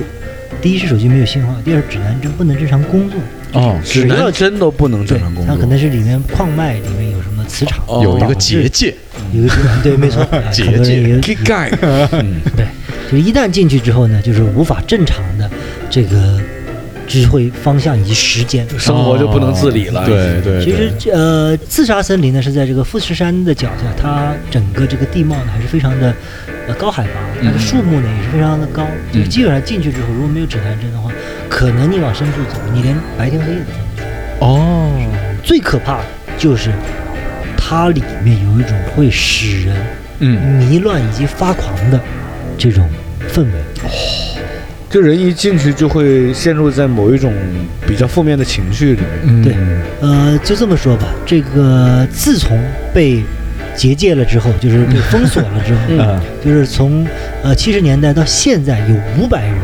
[SPEAKER 3] 第一是手机没有信号，第二指南针不能正常工作，
[SPEAKER 2] 哦
[SPEAKER 1] 指南针都不能正常工
[SPEAKER 3] 它
[SPEAKER 1] 作，
[SPEAKER 3] 可能是里面矿脉里面有什么磁场，
[SPEAKER 1] 哦
[SPEAKER 2] 有一个结界，
[SPEAKER 3] 有一个指南对，没错，啊
[SPEAKER 2] *laughs* 结
[SPEAKER 3] 很多人
[SPEAKER 2] 界
[SPEAKER 3] 也
[SPEAKER 1] 给盖。嗯
[SPEAKER 3] 对，就一旦进去之后呢，就是无法正常的这个智慧方向以及时间。
[SPEAKER 1] 生活就不能自理了。
[SPEAKER 2] 哦对对，
[SPEAKER 3] 其实这呃，自杀森林呢是在这个富士山的脚下，它整个这个地貌呢还是非常的呃高海拔，它的
[SPEAKER 2] 嗯
[SPEAKER 3] 树木呢也是非常的高，就是
[SPEAKER 2] 嗯
[SPEAKER 3] 基本上进去之后，如果没有指南针的话，可能你往深处走，你连白天黑夜都分不清。
[SPEAKER 2] 哦
[SPEAKER 3] 最可怕的就是它里面有一种会使人
[SPEAKER 2] 嗯
[SPEAKER 3] 迷乱以及发狂的这种氛围。
[SPEAKER 1] 就人一进去就会陷入在某一种比较负面的情绪里面。
[SPEAKER 2] 嗯
[SPEAKER 3] 对呃，就这么说吧，这个自从被结界了之后，
[SPEAKER 1] *laughs*
[SPEAKER 3] 就是被封锁了之后，
[SPEAKER 1] 嗯
[SPEAKER 2] 啊
[SPEAKER 3] 就是从呃七十年代到现在，有五百人，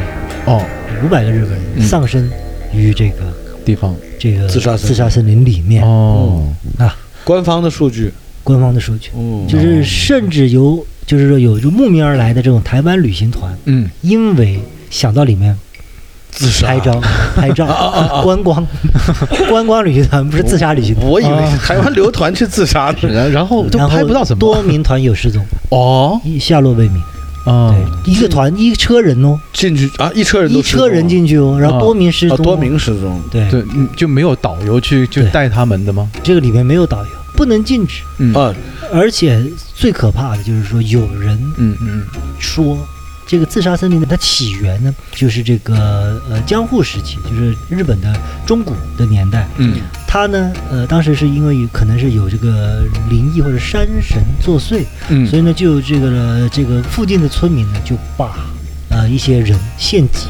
[SPEAKER 2] 哦
[SPEAKER 3] 五百个日本人
[SPEAKER 2] 嗯
[SPEAKER 3] 丧生于这个、
[SPEAKER 2] 地方
[SPEAKER 3] 这个
[SPEAKER 1] 自杀森林
[SPEAKER 3] 自杀森林里面、
[SPEAKER 2] 哦
[SPEAKER 3] 啊。
[SPEAKER 1] 官方的数据，
[SPEAKER 3] 官方的数据
[SPEAKER 1] 哦
[SPEAKER 3] 就是，甚至有就是说有就慕名而来的这种台湾旅行团，
[SPEAKER 2] 嗯
[SPEAKER 3] 因为想到里面
[SPEAKER 1] 自杀
[SPEAKER 3] 拍照、拍照、观光、 *laughs* 观光旅行团不是自杀旅行团。
[SPEAKER 1] 我以为
[SPEAKER 2] 啊
[SPEAKER 1] 台湾留团去自杀的。
[SPEAKER 2] 然然后都
[SPEAKER 3] 然后
[SPEAKER 2] 拍哦不到什么
[SPEAKER 3] 多名团友失踪，
[SPEAKER 2] 哦
[SPEAKER 3] 一下落未明。
[SPEAKER 2] 哦
[SPEAKER 3] 对，一个团一车人哦，
[SPEAKER 1] *laughs* 进去啊，一车人都
[SPEAKER 3] 一
[SPEAKER 1] 失踪
[SPEAKER 3] 车
[SPEAKER 1] 了
[SPEAKER 3] 人进去哦，然后
[SPEAKER 2] 啊
[SPEAKER 3] 多名失
[SPEAKER 1] 啊，
[SPEAKER 3] 踪哦，
[SPEAKER 1] 多名失踪。
[SPEAKER 3] 对，
[SPEAKER 2] 对嗯就没有导游去就
[SPEAKER 3] 对
[SPEAKER 2] 带他们的吗？
[SPEAKER 3] 这个里面没有导游，不能禁止，
[SPEAKER 2] 嗯
[SPEAKER 1] 啊，
[SPEAKER 3] 而且最可怕的就是说有人
[SPEAKER 2] 嗯嗯
[SPEAKER 3] 说。这个自杀森林的它起源呢，就是这个呃江户时期，就是日本的中古的年代。
[SPEAKER 2] 嗯
[SPEAKER 3] 它呢，呃，当时是因为可能是有这个灵异或者山神作祟，
[SPEAKER 2] 嗯
[SPEAKER 3] 所以呢，就有这个呃这个附近的村民呢，就把呃一些人献祭，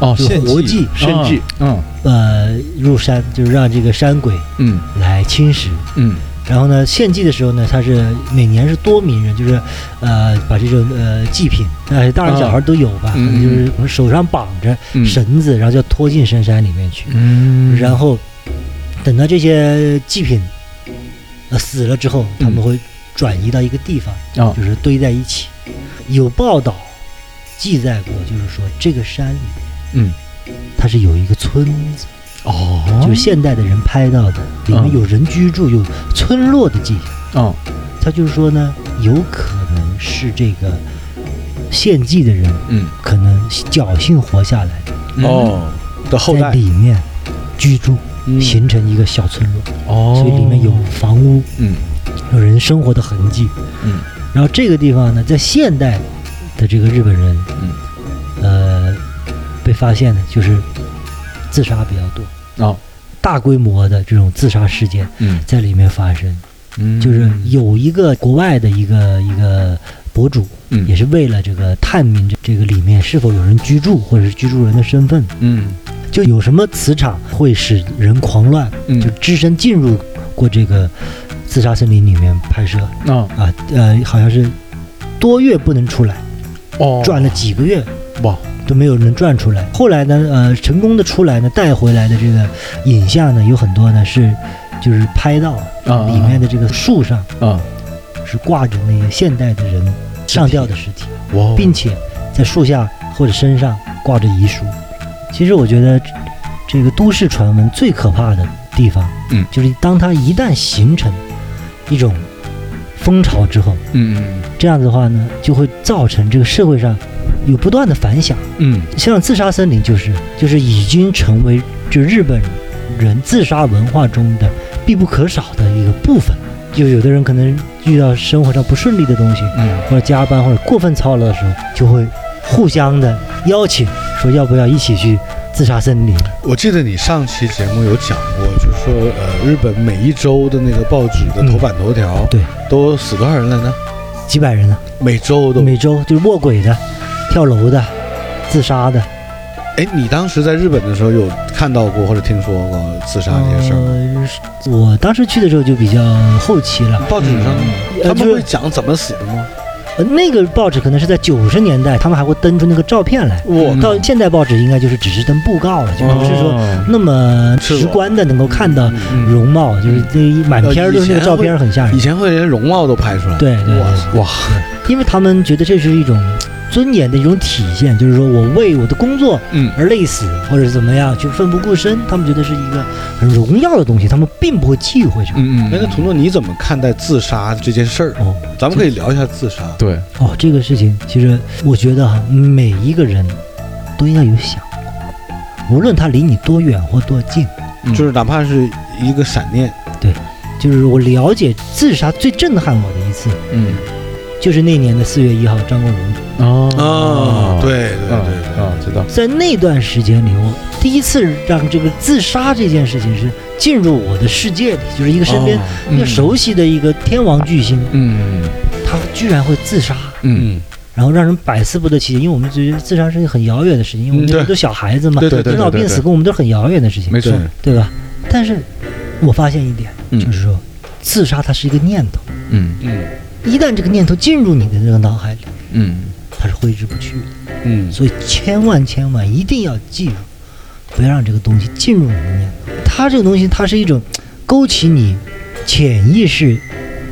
[SPEAKER 2] 哦
[SPEAKER 3] 就
[SPEAKER 2] 献
[SPEAKER 3] 活
[SPEAKER 2] 祭
[SPEAKER 3] 祭
[SPEAKER 1] 献祭
[SPEAKER 2] 嗯
[SPEAKER 3] 呃入山，就是让这个山鬼
[SPEAKER 2] 嗯
[SPEAKER 3] 来侵蚀。
[SPEAKER 2] 嗯
[SPEAKER 3] 然后呢，献祭的时候呢，它是每年是多民人，就是呃把这种呃祭品，呃大人小孩都有吧，
[SPEAKER 2] 嗯
[SPEAKER 3] 可能就是我们手上绑着
[SPEAKER 2] 嗯
[SPEAKER 3] 绳子，然后就拖进深山里面去，
[SPEAKER 2] 嗯
[SPEAKER 3] 然后等到这些祭品呃死了之后，他们
[SPEAKER 2] 嗯
[SPEAKER 3] 会转移到一个地方，
[SPEAKER 2] 啊
[SPEAKER 3] 就是堆在一起。有报道记载过，就是说这个山里
[SPEAKER 2] 嗯
[SPEAKER 3] 它是有一个村子。
[SPEAKER 2] 哦
[SPEAKER 3] 就是现代的人拍到的，里面
[SPEAKER 2] 嗯
[SPEAKER 3] 有人居住、有村落的记忆。
[SPEAKER 2] 嗯
[SPEAKER 3] 他就是说呢，有可能是这个献祭的人
[SPEAKER 2] 嗯
[SPEAKER 3] 可能侥幸活下来，
[SPEAKER 1] 哦的后
[SPEAKER 3] 嗯在
[SPEAKER 1] 代，
[SPEAKER 3] 里面居住，
[SPEAKER 1] 嗯
[SPEAKER 3] 形成一个小村落，
[SPEAKER 2] 哦，
[SPEAKER 3] 所以里面有房屋，
[SPEAKER 2] 嗯
[SPEAKER 3] 有人生活的痕迹。
[SPEAKER 2] 嗯
[SPEAKER 3] 然后这个地方呢，在现代的这个日本人，
[SPEAKER 2] 嗯
[SPEAKER 3] 呃，被发现的就是自杀比较多，
[SPEAKER 2] 哦
[SPEAKER 3] 大规模的这种自杀事件
[SPEAKER 2] 嗯
[SPEAKER 3] 在里面发生。
[SPEAKER 2] 嗯，
[SPEAKER 3] 就是有一个国外的一个一个博主，
[SPEAKER 2] 嗯
[SPEAKER 3] 也是为了这个探明这这个里面是否有人居住，或者是居住人的身份，
[SPEAKER 2] 嗯
[SPEAKER 3] 就有什么磁场会使人狂乱，
[SPEAKER 2] 嗯
[SPEAKER 3] 就只身进入过这个自杀森林里面拍摄
[SPEAKER 2] 哦
[SPEAKER 3] 啊，呃，好像是多月不能出来，
[SPEAKER 2] 哦
[SPEAKER 3] 转了几个月
[SPEAKER 2] 哇
[SPEAKER 3] 都没有能转出来。后来呢，呃，成功的出来呢，带回来的这个影像呢，有很多呢是就是拍到
[SPEAKER 2] 啊
[SPEAKER 3] 里面的这个树上。
[SPEAKER 2] 啊
[SPEAKER 3] 是挂着那个现代的人上吊的尸体，
[SPEAKER 2] 哇，
[SPEAKER 3] 并且在树下或者身上挂着遗书。其实我觉得这这个都市传闻最可怕的地方，
[SPEAKER 2] 嗯
[SPEAKER 3] 就是当它一旦形成一种风潮之后，
[SPEAKER 2] 嗯
[SPEAKER 3] 这样子的话呢，就会造成这个社会上有不断的反响。
[SPEAKER 2] 嗯
[SPEAKER 3] 像自杀森林就是就是已经成为就日本人自杀文化中的必不可少的一个部分。就有的人可能遇到生活上不顺利的东西，
[SPEAKER 2] 嗯
[SPEAKER 3] 或者加班或者过分操劳的时候，就会互相的邀请说要不要一起去自杀森林。
[SPEAKER 1] 我记得你上期节目有讲过，就是说呃，日本每一周的那个报纸的头版头条，
[SPEAKER 3] 嗯对，
[SPEAKER 1] 都死多少人了呢？
[SPEAKER 3] 几百人呢，
[SPEAKER 1] 每周都。
[SPEAKER 3] 嗯每周就是卧轨的、跳楼的、自杀的。
[SPEAKER 1] 哎，你当时在日本的时候有看到过或者听说过自杀这些事儿吗？
[SPEAKER 3] 呃，我当时去的时候就比较后期了，
[SPEAKER 1] 报纸上
[SPEAKER 2] 嗯
[SPEAKER 3] 呃
[SPEAKER 1] 他们
[SPEAKER 3] 就是
[SPEAKER 1] 会讲怎么死的吗？
[SPEAKER 3] 呃，那个报纸可能是在九十年代，他们还会登出那个照片来。
[SPEAKER 1] 我
[SPEAKER 2] 嗯
[SPEAKER 3] 到现代报纸应该就是只是登布告了，
[SPEAKER 1] 哦
[SPEAKER 3] 就不是说
[SPEAKER 2] 哦
[SPEAKER 3] 那么
[SPEAKER 1] 赤裸
[SPEAKER 3] 直观的能够看到
[SPEAKER 2] 嗯
[SPEAKER 3] 容貌，就是这一满篇儿都是那个照片，很吓人
[SPEAKER 1] 以。前会连容貌都拍出来。
[SPEAKER 3] 对对
[SPEAKER 1] 哇
[SPEAKER 3] 对，
[SPEAKER 2] 哇
[SPEAKER 3] 因为他们觉得这是一种尊严的一种体现，就是说我为我的工作
[SPEAKER 2] 嗯
[SPEAKER 3] 而累死，或者是怎么样，就奋不顾身，他们觉得是一个很荣耀的东西，他们并不会忌讳这个。
[SPEAKER 2] 嗯嗯，
[SPEAKER 1] 哎，那图诺你怎么看待自杀这件事儿？
[SPEAKER 3] 哦
[SPEAKER 1] 咱们可以聊一下自杀。
[SPEAKER 2] 对
[SPEAKER 3] 哦，这个事情其实我觉得哈、每一个人都应该有想过，无论他离你多远或多近，
[SPEAKER 1] 就是哪怕是一个闪念，
[SPEAKER 3] 就是我了解自杀最震撼我的一次，
[SPEAKER 2] 嗯
[SPEAKER 3] 就是那年的四月一号，张国荣
[SPEAKER 2] 哦
[SPEAKER 1] 啊，对对
[SPEAKER 2] 嗯
[SPEAKER 1] 对对，
[SPEAKER 2] 嗯知道
[SPEAKER 3] 在那段时间里，我第一次让这个自杀这件事情是进入我的世界里，就是一个身边
[SPEAKER 1] 哦
[SPEAKER 3] 一个熟悉的一个天王巨星，
[SPEAKER 2] 嗯
[SPEAKER 3] 他居然会自杀，
[SPEAKER 2] 嗯
[SPEAKER 1] 嗯，
[SPEAKER 3] 然后让人百思不得其解。因为我们觉得自杀是一个很遥远的事情，因为我们
[SPEAKER 1] 嗯
[SPEAKER 3] 那
[SPEAKER 1] 对
[SPEAKER 3] 时候都小孩子嘛，
[SPEAKER 1] 对对
[SPEAKER 2] 对
[SPEAKER 3] 生老病死跟我们都是很遥远的事情，
[SPEAKER 2] 没错
[SPEAKER 1] 对
[SPEAKER 3] 对吧？但是我发现一点，
[SPEAKER 2] 嗯
[SPEAKER 3] 就是说，自杀它是一个念头，
[SPEAKER 2] 嗯
[SPEAKER 1] 嗯
[SPEAKER 3] 一旦这个念头进入你的这个脑海里，
[SPEAKER 2] 嗯
[SPEAKER 3] 它是挥之不去的。
[SPEAKER 1] 嗯，
[SPEAKER 3] 所以千万千万一定要记住，不要让这个东西进入你的念头。它这个东西，它是一种勾起你潜意识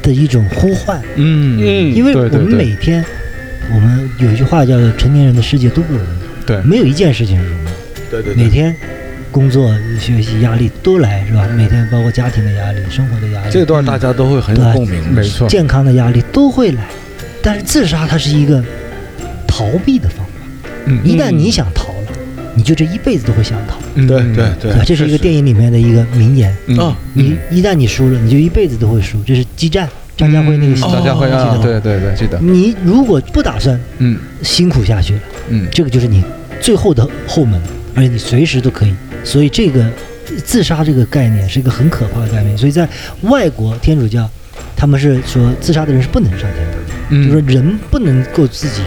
[SPEAKER 3] 的一种呼唤，
[SPEAKER 2] 嗯
[SPEAKER 1] 嗯
[SPEAKER 3] 因为
[SPEAKER 2] 对
[SPEAKER 3] 我
[SPEAKER 2] 对
[SPEAKER 3] 们
[SPEAKER 2] 对
[SPEAKER 3] 每天，我们有一句话叫“成年人的世界都不容易
[SPEAKER 2] 对”，
[SPEAKER 3] 没有一件事情是容易，
[SPEAKER 1] 对对
[SPEAKER 3] 每
[SPEAKER 1] 对，
[SPEAKER 3] 天。工作、学习压力都来是吧？每天包括家庭的压力、生活的压力，
[SPEAKER 1] 这段大家都会很有共鸣，
[SPEAKER 2] 没错
[SPEAKER 3] 健康的压力都会来。但是自杀它是一个逃避的方法，
[SPEAKER 2] 嗯
[SPEAKER 3] 一旦你想逃了，你就这一辈子都会想逃。
[SPEAKER 2] 嗯
[SPEAKER 1] 对对对
[SPEAKER 3] 对吧？，这是一个电影里面的一个名言。
[SPEAKER 2] 嗯
[SPEAKER 1] 啊
[SPEAKER 3] 你一旦你输了，你就一辈子都会输。这是激战，张家辉那个戏，
[SPEAKER 2] 嗯张家辉
[SPEAKER 3] 记得
[SPEAKER 2] 啊
[SPEAKER 3] 吗，
[SPEAKER 2] 对对对记得
[SPEAKER 3] 你如果不打算
[SPEAKER 2] 嗯
[SPEAKER 3] 辛苦下去了，
[SPEAKER 2] 嗯
[SPEAKER 3] 这个就是你最后的后门，而且你随时都可以。所以这个自杀这个概念是一个很可怕的概念。所以在外国天主教，他们是说自杀的人是不能上天堂的。
[SPEAKER 2] 嗯
[SPEAKER 3] 就说人不能够自己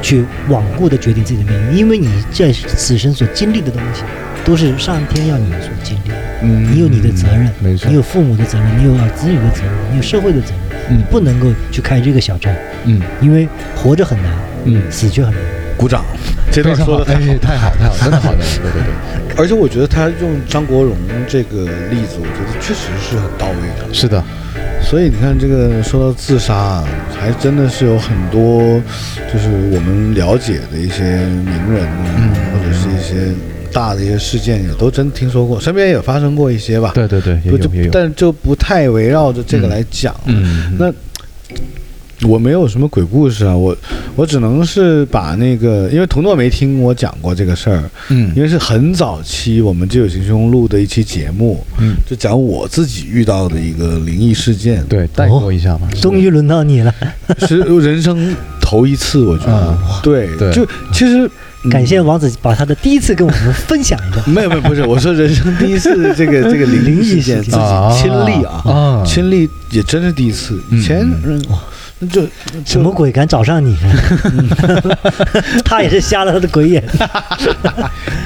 [SPEAKER 3] 去罔顾的决定自己的命运，因为你在此生所经历的东西，都是上天要你所经历的。
[SPEAKER 2] 嗯
[SPEAKER 3] 你有你的责任，
[SPEAKER 2] 没错
[SPEAKER 3] 你有父母的责任，你有子女的责任，你有社会的责任，
[SPEAKER 2] 嗯
[SPEAKER 3] 你不能够去开这个小差，
[SPEAKER 2] 嗯
[SPEAKER 3] 因为活着很难，
[SPEAKER 2] 嗯
[SPEAKER 3] 死却很容易。
[SPEAKER 1] 鼓掌，这
[SPEAKER 2] 非
[SPEAKER 1] 段
[SPEAKER 2] 常
[SPEAKER 1] 说的
[SPEAKER 2] 好
[SPEAKER 1] 太好
[SPEAKER 2] 哎太好 *laughs* 太好真的好的对对对
[SPEAKER 1] 了，而且我觉得他用张国荣这个例子，我觉得确实是很到位的。
[SPEAKER 2] 是的
[SPEAKER 1] 所以你看，这个说到自杀，啊，还真的是有很
[SPEAKER 2] 嗯
[SPEAKER 1] 多，就是我们了解的一些名人啊，或者是一些大的一些事件也都真听说过，身边也发生过一些吧。
[SPEAKER 2] 对对对，也
[SPEAKER 1] 不
[SPEAKER 2] 有也
[SPEAKER 1] 就
[SPEAKER 2] 有。
[SPEAKER 1] 但就不太围绕着这个来讲。
[SPEAKER 2] 嗯，
[SPEAKER 1] 那我没有什么鬼故事啊，我我只能是把那个，因为童诺没听我讲过这个事儿，
[SPEAKER 2] 嗯
[SPEAKER 1] 因为是很早期我们《就有行凶录》的一期节目，
[SPEAKER 2] 嗯，
[SPEAKER 1] 就讲我自己遇到的一个灵异事件，
[SPEAKER 2] 对，带过一下嘛。
[SPEAKER 3] 终于轮到你了，
[SPEAKER 2] *laughs*
[SPEAKER 1] 是人生头一次，我觉得
[SPEAKER 2] 啊，
[SPEAKER 1] 对，
[SPEAKER 2] 对
[SPEAKER 1] 就其实嗯
[SPEAKER 3] 感谢王子把他的第一次跟我们分享一下。
[SPEAKER 1] 没有没有不是，我说人生第一次这
[SPEAKER 2] *laughs*
[SPEAKER 1] 个这个灵异
[SPEAKER 3] 灵异
[SPEAKER 1] 事
[SPEAKER 3] 事
[SPEAKER 1] 件
[SPEAKER 3] 件
[SPEAKER 1] 自己亲历啊，
[SPEAKER 2] 啊，
[SPEAKER 1] 亲历也真是第一次，以前
[SPEAKER 2] 嗯
[SPEAKER 1] 嗯那就
[SPEAKER 3] 什么鬼敢找上 *laughs* 你？他也是瞎了他的鬼眼。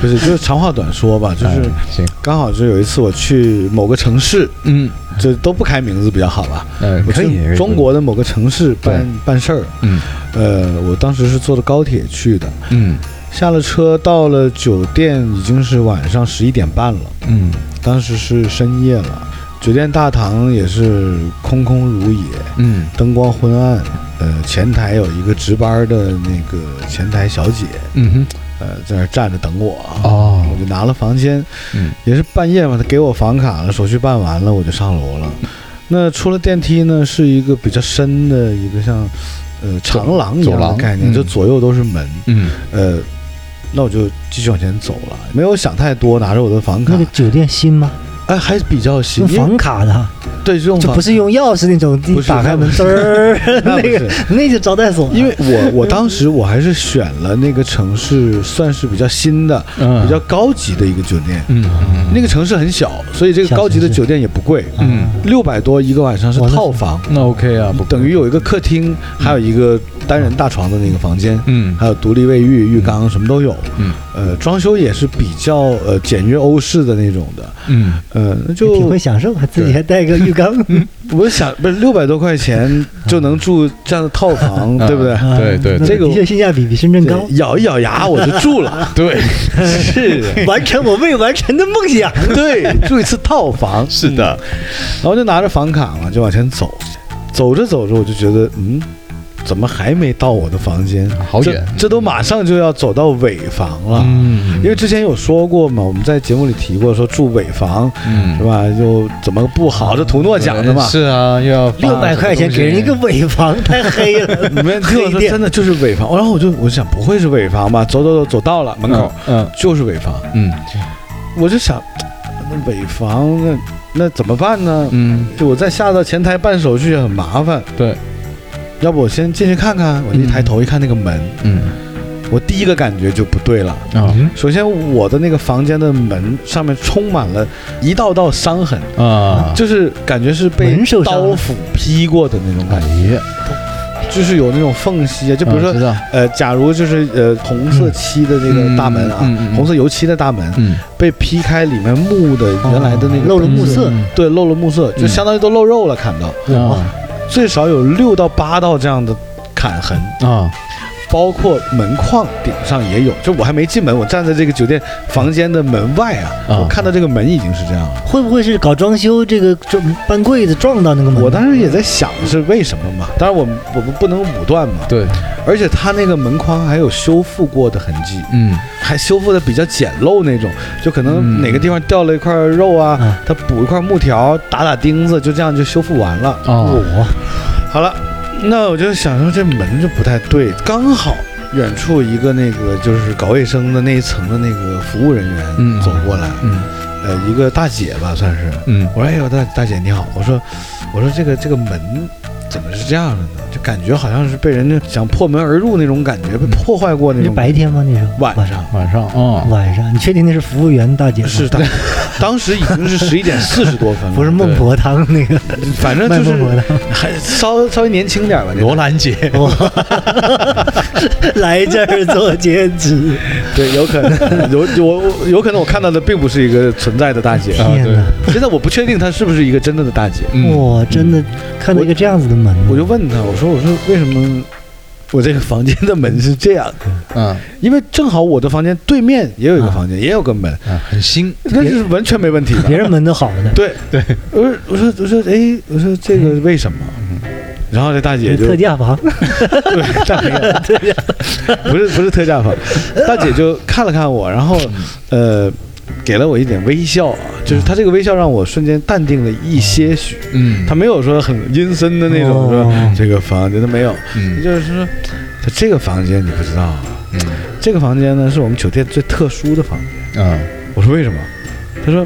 [SPEAKER 1] 不是就是长话短说吧，就是
[SPEAKER 2] 哎行，
[SPEAKER 1] 刚好就有一次我去某个城市，
[SPEAKER 2] 嗯，
[SPEAKER 1] 就都不开名字比较好吧，
[SPEAKER 2] 呃，
[SPEAKER 1] 我
[SPEAKER 2] 可以
[SPEAKER 1] 去中，国的某个城市办办事儿，
[SPEAKER 2] 嗯
[SPEAKER 1] 呃，我当时是坐的高铁去的，
[SPEAKER 2] 嗯
[SPEAKER 1] 下了车到了酒店已经是晚上十一点半了，
[SPEAKER 2] 嗯
[SPEAKER 1] 当时是深夜了，酒店大堂也是空空如也，
[SPEAKER 2] 嗯
[SPEAKER 1] 灯光昏暗，呃，前台有一个值班的那个前台小姐，
[SPEAKER 2] 嗯
[SPEAKER 1] 呃，在那儿站着等我，啊
[SPEAKER 2] 哼，哦
[SPEAKER 1] 我，就拿了房间，
[SPEAKER 2] 嗯
[SPEAKER 1] 也是半夜嘛，他给我房卡了，手续办完了，我就上楼了。那出了电梯呢，是一个比较深的一个像呃长廊一样
[SPEAKER 2] 走
[SPEAKER 1] 的
[SPEAKER 2] 廊
[SPEAKER 1] 概念，
[SPEAKER 2] 嗯
[SPEAKER 1] 就左右都是门。
[SPEAKER 2] 嗯
[SPEAKER 1] 呃，那我就继续往前走了，没有想太多，拿着我的房卡
[SPEAKER 3] 那个，酒店新吗？
[SPEAKER 1] 哎，还比较新
[SPEAKER 3] 用，
[SPEAKER 1] 因为
[SPEAKER 3] 房卡的啊，
[SPEAKER 1] 对，用
[SPEAKER 3] 就
[SPEAKER 1] 房
[SPEAKER 3] 不是用钥匙那种，
[SPEAKER 1] 不
[SPEAKER 3] 一
[SPEAKER 1] 是
[SPEAKER 3] 打开门嘚儿，
[SPEAKER 1] 那不
[SPEAKER 3] 那
[SPEAKER 1] 是
[SPEAKER 3] 个那就招待所啊了。
[SPEAKER 1] 因为我我当时我还是选了那个城市算是比较新的、
[SPEAKER 2] 嗯，
[SPEAKER 1] 比较高级的一个酒店。
[SPEAKER 2] 嗯嗯
[SPEAKER 1] 那个城市很小，所以这个
[SPEAKER 3] 小
[SPEAKER 1] 高级的
[SPEAKER 3] 城市
[SPEAKER 1] 酒店也不贵，
[SPEAKER 2] 嗯，
[SPEAKER 1] 六百多一个晚上是
[SPEAKER 3] 哇那
[SPEAKER 1] 套房，
[SPEAKER 2] 那 OK 啊，不
[SPEAKER 1] 等于有一个客厅，还有一个单人大床的那个房间，
[SPEAKER 2] 嗯
[SPEAKER 1] 还有独立卫浴、浴缸什么都有。
[SPEAKER 2] 嗯
[SPEAKER 1] 呃，装修也是比较呃简约欧式的那种的。
[SPEAKER 2] 嗯
[SPEAKER 1] 呃，那
[SPEAKER 3] 你挺
[SPEAKER 1] 就
[SPEAKER 3] 会享受，还自己还带个浴缸，
[SPEAKER 1] 我想不是六百多块钱就能住这样的套
[SPEAKER 2] *laughs*
[SPEAKER 1] 房，对不对？
[SPEAKER 3] 啊
[SPEAKER 2] 对对
[SPEAKER 3] 那
[SPEAKER 1] 这个
[SPEAKER 3] 的确性价比比深圳
[SPEAKER 1] 对
[SPEAKER 3] 高，
[SPEAKER 1] 咬一咬牙我就住
[SPEAKER 2] *laughs*
[SPEAKER 1] 了。
[SPEAKER 2] 对，
[SPEAKER 1] 是的，
[SPEAKER 3] 完成我未完成的梦想。
[SPEAKER 1] 对，住一次套
[SPEAKER 2] *laughs*
[SPEAKER 1] 房，
[SPEAKER 2] 是的，
[SPEAKER 1] 然后就拿着房卡嘛，就往前走，走着走着我就觉得，嗯，怎么还没到我的房间？
[SPEAKER 2] 好远
[SPEAKER 1] 这，这都马上就要走到尾房了。
[SPEAKER 2] 嗯
[SPEAKER 1] 啊因为之前有说过嘛，我们在节目里提过，说住尾房
[SPEAKER 2] 嗯
[SPEAKER 1] 是吧？又怎么不好？这图诺讲的嘛。
[SPEAKER 2] 是啊，又要
[SPEAKER 3] 六百块钱给人一个尾房，太黑了。
[SPEAKER 1] 你们听我说，
[SPEAKER 3] 黑店
[SPEAKER 1] 真的就是尾房。然后我就我就想，不会是尾房吧？走走走，走到了门口，，
[SPEAKER 2] 嗯
[SPEAKER 1] 就是尾房。
[SPEAKER 2] 嗯
[SPEAKER 1] 我就想，那尾房那那怎么办呢？
[SPEAKER 2] 嗯
[SPEAKER 1] 就我再下到前台办手续也很麻烦，
[SPEAKER 2] 对，
[SPEAKER 1] 要不我先进去看看。我一抬头一看那个门，
[SPEAKER 2] 嗯
[SPEAKER 1] 我第一个感觉就不对了。
[SPEAKER 2] 啊
[SPEAKER 1] 首先，我的那个房间的门上面充满了一道道伤痕，
[SPEAKER 2] 啊，
[SPEAKER 1] 就是感觉是被
[SPEAKER 3] 门受伤
[SPEAKER 1] 刀斧劈过的那种感觉，
[SPEAKER 2] 哎呀，
[SPEAKER 1] 就是有那种缝隙啊。就比如说，呃，假如就是呃红色漆的那个大门啊
[SPEAKER 2] 嗯嗯嗯嗯，
[SPEAKER 1] 红色油漆的大门
[SPEAKER 2] 嗯，
[SPEAKER 1] 被劈开，里面木的原来的那个嗯
[SPEAKER 3] 露了暮色，
[SPEAKER 1] 对露了木色，就
[SPEAKER 2] 嗯
[SPEAKER 1] 相当于都露肉了，砍到。
[SPEAKER 2] 啊
[SPEAKER 1] 最少有六到八道这样的砍痕，
[SPEAKER 2] 啊，
[SPEAKER 1] 包括门框顶上也有。就我还没进门，我站在这个酒店房间的门外啊，
[SPEAKER 2] 啊
[SPEAKER 1] 我看到这个门已经是这样了。
[SPEAKER 3] *laughs* 会不会是搞装修这个撞搬柜子撞到那个
[SPEAKER 2] 嗯
[SPEAKER 3] 门？
[SPEAKER 1] 我当时也在想是为什么嘛，当然我们我们不能武断嘛，
[SPEAKER 2] 对，
[SPEAKER 1] 而且它那个门框还有修复过的痕迹，
[SPEAKER 2] 嗯
[SPEAKER 1] 还修复的比较简陋那种，就可能
[SPEAKER 2] 嗯
[SPEAKER 1] 哪个地方掉了一块肉啊，
[SPEAKER 3] 嗯
[SPEAKER 1] 它补一块木条，打打钉子，就这样就修复完了。
[SPEAKER 2] 哦，
[SPEAKER 3] 我
[SPEAKER 1] 好了，那我就想说这门就不太对，刚好远处一个那个就是搞卫生的那一层的那个服务人员
[SPEAKER 2] 嗯
[SPEAKER 1] 走过来，
[SPEAKER 2] 嗯
[SPEAKER 1] 呃，一个大姐吧算是，
[SPEAKER 2] 嗯
[SPEAKER 1] 我说哎呦大大姐你好，我说我说这个这个门怎么是这样的呢？就感觉好像是被人家想破门而入那种感觉，被破坏过那
[SPEAKER 3] 是
[SPEAKER 1] 种。
[SPEAKER 3] 白天吗？那时候
[SPEAKER 1] 晚上
[SPEAKER 2] 晚上啊，
[SPEAKER 3] 晚上，你确定那是服务员大姐吗？
[SPEAKER 1] 是，的，当时已经是十一点四十多分了，
[SPEAKER 3] 不是孟婆汤那个
[SPEAKER 1] 反正
[SPEAKER 3] 卖
[SPEAKER 1] 就
[SPEAKER 3] 孟婆
[SPEAKER 1] 是
[SPEAKER 3] 汤？
[SPEAKER 1] 还稍稍微年轻点吧，那种
[SPEAKER 2] 兰姐，
[SPEAKER 1] *laughs*
[SPEAKER 3] *laughs* 来这儿做兼职，
[SPEAKER 1] 对，有可能 *laughs* 有有我有可能我看到的并不是一个存在的大姐，
[SPEAKER 2] 啊
[SPEAKER 3] 天
[SPEAKER 2] 对
[SPEAKER 3] 哪！
[SPEAKER 1] 现在我不确定她是不是一个真正的大姐。
[SPEAKER 2] 嗯
[SPEAKER 3] 哇，真的看到一个这样子的门，
[SPEAKER 1] 嗯我就问她，我说我说为什么我这个房间的门是这样的？
[SPEAKER 2] 嗯
[SPEAKER 1] 因为正好我的房间对面也有一个房间，也有个门，
[SPEAKER 2] 啊，很新，
[SPEAKER 1] 那是完全没问题的。
[SPEAKER 3] 别人门都好的，
[SPEAKER 1] 嗯对对，我说我说我说哎，我说这个为什么？然后这大姐就啊
[SPEAKER 3] 特价房，
[SPEAKER 1] 对大姐不是不是特价房，大姐就看了看我，然后呃给了我一点微笑啊，就是她这个微笑让我瞬间淡定了一些许，
[SPEAKER 2] 嗯，
[SPEAKER 1] 她没有说很阴森的那种
[SPEAKER 3] 哦
[SPEAKER 1] 说这个房间她没有，
[SPEAKER 2] 嗯
[SPEAKER 1] 就是说她这个房间你不知道啊，
[SPEAKER 2] 嗯
[SPEAKER 1] 这个房间呢是我们酒店最特殊的房间。
[SPEAKER 2] 啊
[SPEAKER 1] 我说为什么？他说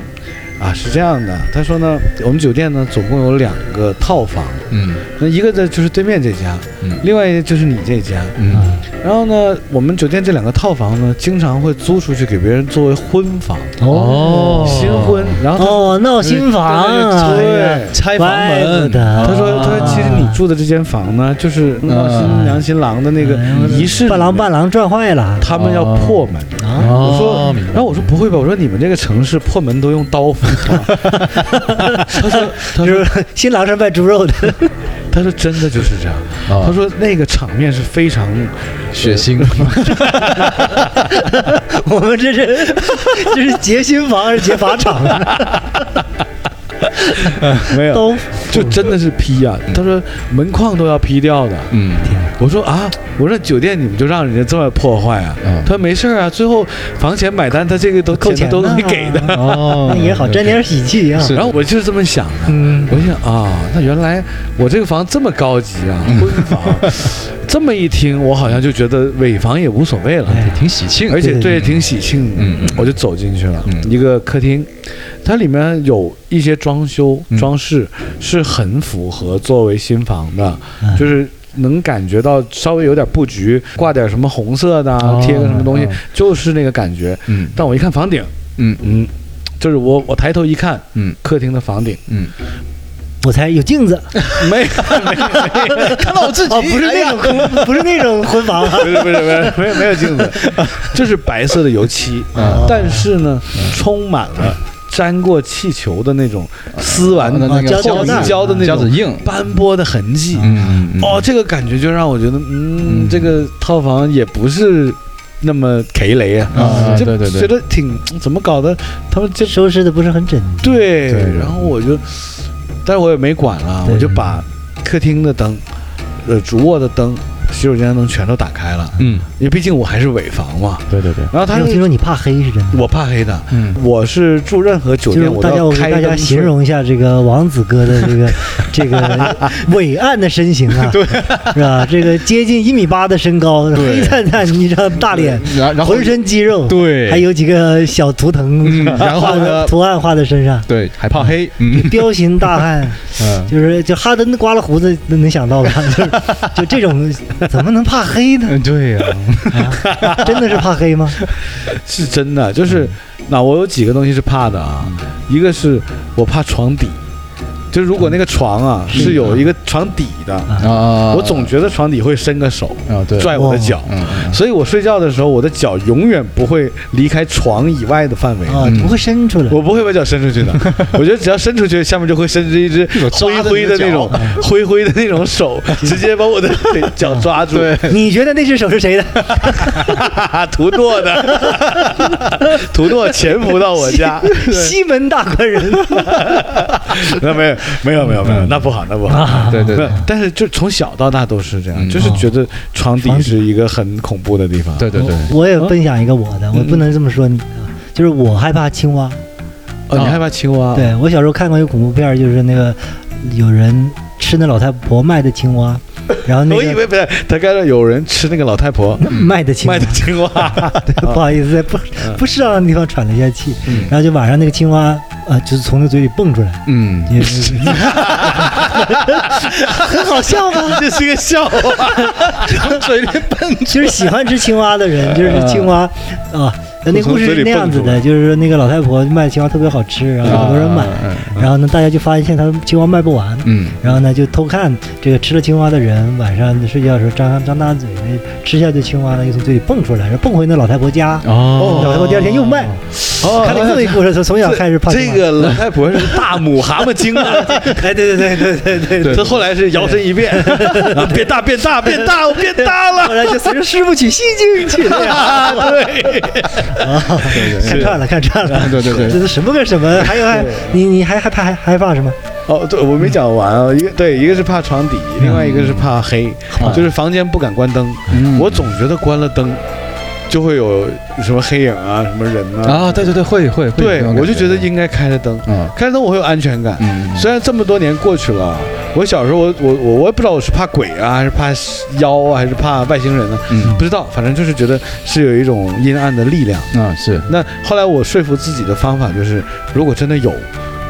[SPEAKER 1] 啊是这样的，他说呢，我们酒店呢总共有两个套房，
[SPEAKER 2] 嗯
[SPEAKER 1] 那一个呢就是对面这家，
[SPEAKER 2] 嗯
[SPEAKER 1] 另外一个就是你这家。
[SPEAKER 2] 嗯
[SPEAKER 1] 然后呢，我们酒店这两个套房呢，经常会租出去给别人作为婚房，
[SPEAKER 2] 哦
[SPEAKER 1] 新婚。然后
[SPEAKER 3] 哦，闹新房啊，
[SPEAKER 1] 啊对对
[SPEAKER 3] 哎呀
[SPEAKER 2] 拆房
[SPEAKER 3] 怪不
[SPEAKER 2] 门，
[SPEAKER 3] 得啊
[SPEAKER 1] 他说：“他说，其实你住的这间房呢，就是弄到新娘新郎的那个仪式里面，
[SPEAKER 3] 伴郎伴郎赚坏了
[SPEAKER 1] 他们要破门。
[SPEAKER 3] 啊，
[SPEAKER 1] 我
[SPEAKER 2] 哦
[SPEAKER 1] 说，
[SPEAKER 2] 明白
[SPEAKER 1] 然后我说不会吧？我说你们这个城市破门都用刀斧吗？他说，他
[SPEAKER 3] 就
[SPEAKER 1] 说
[SPEAKER 3] 是新郎是卖猪肉的， *laughs*
[SPEAKER 1] 他说真的就是这样。
[SPEAKER 2] 啊
[SPEAKER 1] 他说那个场面是非常，
[SPEAKER 2] 血腥，
[SPEAKER 3] 我们这是这是劫新房还是劫法场？啊
[SPEAKER 1] *laughs* 没有，
[SPEAKER 3] 都
[SPEAKER 1] 就真的是劈啊。他说门框都要劈掉的。
[SPEAKER 2] 嗯
[SPEAKER 1] 我说啊，我说酒店你们就让人家这么破坏啊？
[SPEAKER 2] 嗯
[SPEAKER 1] 他说没事儿啊，最后房钱买单，他这个都
[SPEAKER 3] 扣
[SPEAKER 1] 钱
[SPEAKER 3] 钱
[SPEAKER 1] 都
[SPEAKER 3] 呢嗯
[SPEAKER 1] 会给的。
[SPEAKER 2] 哦
[SPEAKER 3] 那也好，沾点喜气啊。
[SPEAKER 2] 是
[SPEAKER 1] *laughs* 然后我就是这么想的，
[SPEAKER 3] 嗯，
[SPEAKER 1] 我想啊，那原来我这个房这么高级啊，
[SPEAKER 3] 嗯
[SPEAKER 1] 婚房。这么一听，我好像就觉得尾房也无所谓了。
[SPEAKER 3] 哎
[SPEAKER 2] 挺喜庆，
[SPEAKER 1] 而且
[SPEAKER 3] 对
[SPEAKER 1] 对
[SPEAKER 3] 对
[SPEAKER 1] 挺喜庆的，
[SPEAKER 2] 嗯嗯
[SPEAKER 1] 我就走进去了、
[SPEAKER 2] 嗯
[SPEAKER 1] 一个客厅，它里面有一些装修
[SPEAKER 2] 嗯
[SPEAKER 1] 装饰是很符合作为新房的，
[SPEAKER 3] 嗯
[SPEAKER 1] 就是。能感觉到稍微有点布局，挂点什么红色的啊、
[SPEAKER 2] 哦
[SPEAKER 1] 贴个什么东西、
[SPEAKER 2] 哦
[SPEAKER 1] 就是那个感觉。
[SPEAKER 2] 嗯
[SPEAKER 1] 但我一看房顶，
[SPEAKER 2] 嗯
[SPEAKER 1] 嗯，就是我我抬头一看，
[SPEAKER 2] 嗯
[SPEAKER 1] 客厅的房顶
[SPEAKER 2] 嗯，
[SPEAKER 3] 我猜有镜子，
[SPEAKER 1] 没有，没有，
[SPEAKER 2] 看到我哦自哎
[SPEAKER 3] 哦，不是那种婚，不是那种婚房
[SPEAKER 2] *laughs*
[SPEAKER 3] 啊。
[SPEAKER 1] 不是不是不是， *laughs* 没有没有镜子，就是白色的油漆，
[SPEAKER 2] 啊
[SPEAKER 1] 但是呢，充满了沾过气球的那种撕完的
[SPEAKER 2] 那个
[SPEAKER 3] 胶胶带
[SPEAKER 1] 胶的那种
[SPEAKER 2] 胶子硬，
[SPEAKER 1] 斑驳的痕迹。
[SPEAKER 2] 嗯
[SPEAKER 1] 哦，这个感觉就让我觉得，嗯，
[SPEAKER 2] 嗯
[SPEAKER 1] 这个套房也不是那么 K 雷啊，
[SPEAKER 2] 啊
[SPEAKER 1] 就
[SPEAKER 2] 对对对
[SPEAKER 1] 觉得挺怎么搞的，他们这
[SPEAKER 3] 收拾的不是很整齐。
[SPEAKER 1] 对
[SPEAKER 2] 对，
[SPEAKER 1] 然后我就，但是我也没管了，
[SPEAKER 3] 对
[SPEAKER 1] 我就把客厅的灯，呃，主卧的灯。洗手间的灯全都打开了，
[SPEAKER 2] 嗯，
[SPEAKER 1] 因为毕竟我还是尾房嘛。
[SPEAKER 2] 对对对，
[SPEAKER 1] 然后他
[SPEAKER 3] 哎我听
[SPEAKER 1] 就
[SPEAKER 3] 说你怕黑是真的。
[SPEAKER 1] 我怕黑的，
[SPEAKER 2] 嗯
[SPEAKER 1] 我是住任何酒
[SPEAKER 3] 就
[SPEAKER 1] 店，
[SPEAKER 3] 是
[SPEAKER 1] 我
[SPEAKER 3] 大
[SPEAKER 1] 都
[SPEAKER 3] 家，
[SPEAKER 1] 要
[SPEAKER 3] 我给
[SPEAKER 1] 开
[SPEAKER 3] 大家
[SPEAKER 1] 灯
[SPEAKER 3] 形
[SPEAKER 1] 睡
[SPEAKER 3] 容一下这个王子哥的
[SPEAKER 2] *laughs*
[SPEAKER 3] 这个这个伟岸的身形啊，是吧？这个接近一米八的身高，黑灿灿一张大脸，
[SPEAKER 2] 然然后
[SPEAKER 3] 浑身肌肉，
[SPEAKER 2] 对，
[SPEAKER 3] 还有几个小图腾，
[SPEAKER 2] 嗯然后呢
[SPEAKER 3] 画的图案画在身
[SPEAKER 2] *laughs*
[SPEAKER 3] 上，
[SPEAKER 2] 对还怕黑，嗯
[SPEAKER 3] 彪形大汉，
[SPEAKER 2] 嗯
[SPEAKER 3] 就是就哈登刮了胡子，能能想
[SPEAKER 1] *laughs*
[SPEAKER 3] 到吧？就是就这种，怎么能怕黑呢？
[SPEAKER 2] 嗯，对呀，
[SPEAKER 3] 啊真的是怕黑吗？
[SPEAKER 1] *laughs* 是真的，就是
[SPEAKER 3] 嗯
[SPEAKER 1] 那我有几个东西是怕的啊，一个是我怕床底，就是如果那个床啊
[SPEAKER 3] 是
[SPEAKER 1] 是有一个床底的，
[SPEAKER 2] 啊，
[SPEAKER 3] 嗯
[SPEAKER 1] 我总觉得床底会伸个手
[SPEAKER 2] 啊对，
[SPEAKER 1] 拽我的脚，
[SPEAKER 2] 嗯嗯
[SPEAKER 1] 所以我睡觉的时候，我的脚永远不会离开床以外的范围。
[SPEAKER 3] 啊，不会伸出来。
[SPEAKER 1] 嗯我不会把脚伸出
[SPEAKER 3] *laughs*
[SPEAKER 1] 去的，我觉得只要伸出去，下面就会伸出一只
[SPEAKER 2] 有抓
[SPEAKER 1] 灰
[SPEAKER 2] 的
[SPEAKER 1] 灰的
[SPEAKER 2] 那
[SPEAKER 1] 那
[SPEAKER 2] 种
[SPEAKER 1] 种、
[SPEAKER 3] 嗯
[SPEAKER 1] 灰灰的那种
[SPEAKER 3] *laughs*
[SPEAKER 1] 手，直接把我的腿脚抓住。
[SPEAKER 2] 对，
[SPEAKER 3] 你觉得那只手是谁的？
[SPEAKER 1] *laughs* 图诺的，图诺潜伏到 *laughs* 我
[SPEAKER 3] *laughs*
[SPEAKER 1] 家，
[SPEAKER 3] 西门大
[SPEAKER 1] *laughs*
[SPEAKER 3] 官人。
[SPEAKER 1] 那没有没有没有没有，那不好那不好。
[SPEAKER 2] 对对
[SPEAKER 1] 没
[SPEAKER 2] 啊对
[SPEAKER 1] 有，但是就从小到大都是这样，
[SPEAKER 2] 嗯
[SPEAKER 1] 就是觉得床底是一个很恐怖的地方。
[SPEAKER 2] 对对对，
[SPEAKER 3] 我我也分享一个我
[SPEAKER 1] 嗯
[SPEAKER 3] 的，我不能这么说你啊，就是我害怕青蛙。
[SPEAKER 1] 哦，你害怕青蛙？
[SPEAKER 3] 对我小时候看过一个恐怖片儿，就是那个有人吃那老太婆卖的
[SPEAKER 1] *laughs*
[SPEAKER 3] 青蛙，然后那
[SPEAKER 1] 我以
[SPEAKER 3] 个
[SPEAKER 1] 为不是，他刚才有人吃那个老太婆
[SPEAKER 3] 卖的 *laughs* 青蛙
[SPEAKER 1] 卖的，青蛙。啊 *laughs* 嗯
[SPEAKER 3] 不好意思，在不不适当的地方喘了一下气，
[SPEAKER 2] 嗯
[SPEAKER 3] 然后就晚上那个青蛙呃，就是从那嘴里蹦出来，
[SPEAKER 2] 嗯，
[SPEAKER 3] 也 *laughs* 很好笑吧？
[SPEAKER 1] 这是个笑话，
[SPEAKER 2] 嘴里笨，
[SPEAKER 3] 其实喜欢吃青蛙的人，就是青蛙啊。那个故事是那样子的，就是说那个老太婆卖青蛙特别好吃，然后很多人买，然后呢大家就发现她青蛙卖不完，
[SPEAKER 2] 嗯
[SPEAKER 3] 然后呢就偷看这个吃了青蛙的人晚上睡觉的时候张张大嘴，吃下这青蛙呢又从嘴里蹦出来，然后蹦回那老太婆家，
[SPEAKER 2] 哦
[SPEAKER 3] 老太婆第二天又卖。看了这么一故事，从从小开始怕青
[SPEAKER 1] 哦这
[SPEAKER 3] 蛙。
[SPEAKER 1] 个老太婆是个大母蛤蟆精啊！
[SPEAKER 3] 哎，对对对对对对
[SPEAKER 2] 对
[SPEAKER 1] 她后来是摇身一变，啊变大变大变大，我变
[SPEAKER 3] *laughs*
[SPEAKER 1] 大了。 *laughs*
[SPEAKER 3] 后来就随着师傅取西经去了呀，
[SPEAKER 1] 对，
[SPEAKER 2] 对对
[SPEAKER 3] 看
[SPEAKER 2] 对
[SPEAKER 3] 串了看串了，
[SPEAKER 2] 对对对 *laughs*
[SPEAKER 3] 这是什么跟什么？还有还你你还还怕还害怕什么？
[SPEAKER 1] 哦，对，
[SPEAKER 2] 嗯
[SPEAKER 1] 我没讲完啊，一个对，一个是怕床底，另外一个是怕黑，啊
[SPEAKER 2] 嗯
[SPEAKER 1] 就是房间不敢关灯，
[SPEAKER 2] 嗯
[SPEAKER 1] 我总觉得关了灯就会有什么黑影啊，什么人啊，
[SPEAKER 2] 啊，对对对，会会会有这
[SPEAKER 1] 对
[SPEAKER 2] 种感，
[SPEAKER 1] 我就觉得应该开着灯，
[SPEAKER 2] 嗯
[SPEAKER 1] 开着灯我会有安全感。
[SPEAKER 2] 嗯，
[SPEAKER 1] 虽然这么多年过去了，啊我小时候我我我我也不知道我是怕鬼啊，还是怕妖啊，还是怕外星人呢、
[SPEAKER 2] 嗯
[SPEAKER 1] 不知道，反正就是觉得是有一种阴暗的力量。
[SPEAKER 2] 啊是，
[SPEAKER 1] 那后来我说服自己的方法就是，如果真的有，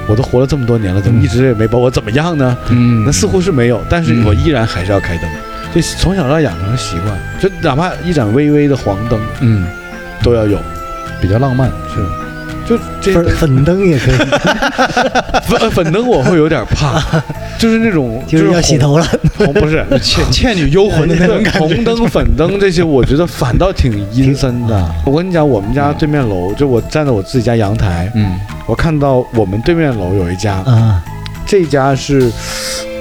[SPEAKER 1] 我都活了这么多年了，怎么一直也没把我怎么样呢？
[SPEAKER 2] 嗯
[SPEAKER 1] 那似乎是没有，但
[SPEAKER 3] 嗯
[SPEAKER 1] 是我依然还是要开灯，就从小到养成了习惯，就哪怕一盏微微的黄灯
[SPEAKER 2] 嗯
[SPEAKER 1] 都要有，
[SPEAKER 2] 比较浪漫，
[SPEAKER 1] 就这
[SPEAKER 3] 粉粉灯也
[SPEAKER 1] *laughs*
[SPEAKER 3] 可以，
[SPEAKER 1] 粉 *laughs* 粉灯我会有点
[SPEAKER 3] *laughs*
[SPEAKER 1] 怕，就是那种
[SPEAKER 3] 就是要
[SPEAKER 1] 红
[SPEAKER 3] 洗头了。
[SPEAKER 1] 红 *laughs* 不是
[SPEAKER 2] 倩倩女幽魂的那种
[SPEAKER 3] *laughs*
[SPEAKER 2] 感觉，
[SPEAKER 1] 红灯、粉灯这些，我觉得反倒挺阴森的。我跟你讲，我们家对面
[SPEAKER 3] 嗯
[SPEAKER 1] 楼，就我站在我自己家阳台，
[SPEAKER 2] 嗯
[SPEAKER 1] 我看到我们对面楼有一家，
[SPEAKER 3] 啊，
[SPEAKER 1] 这家是，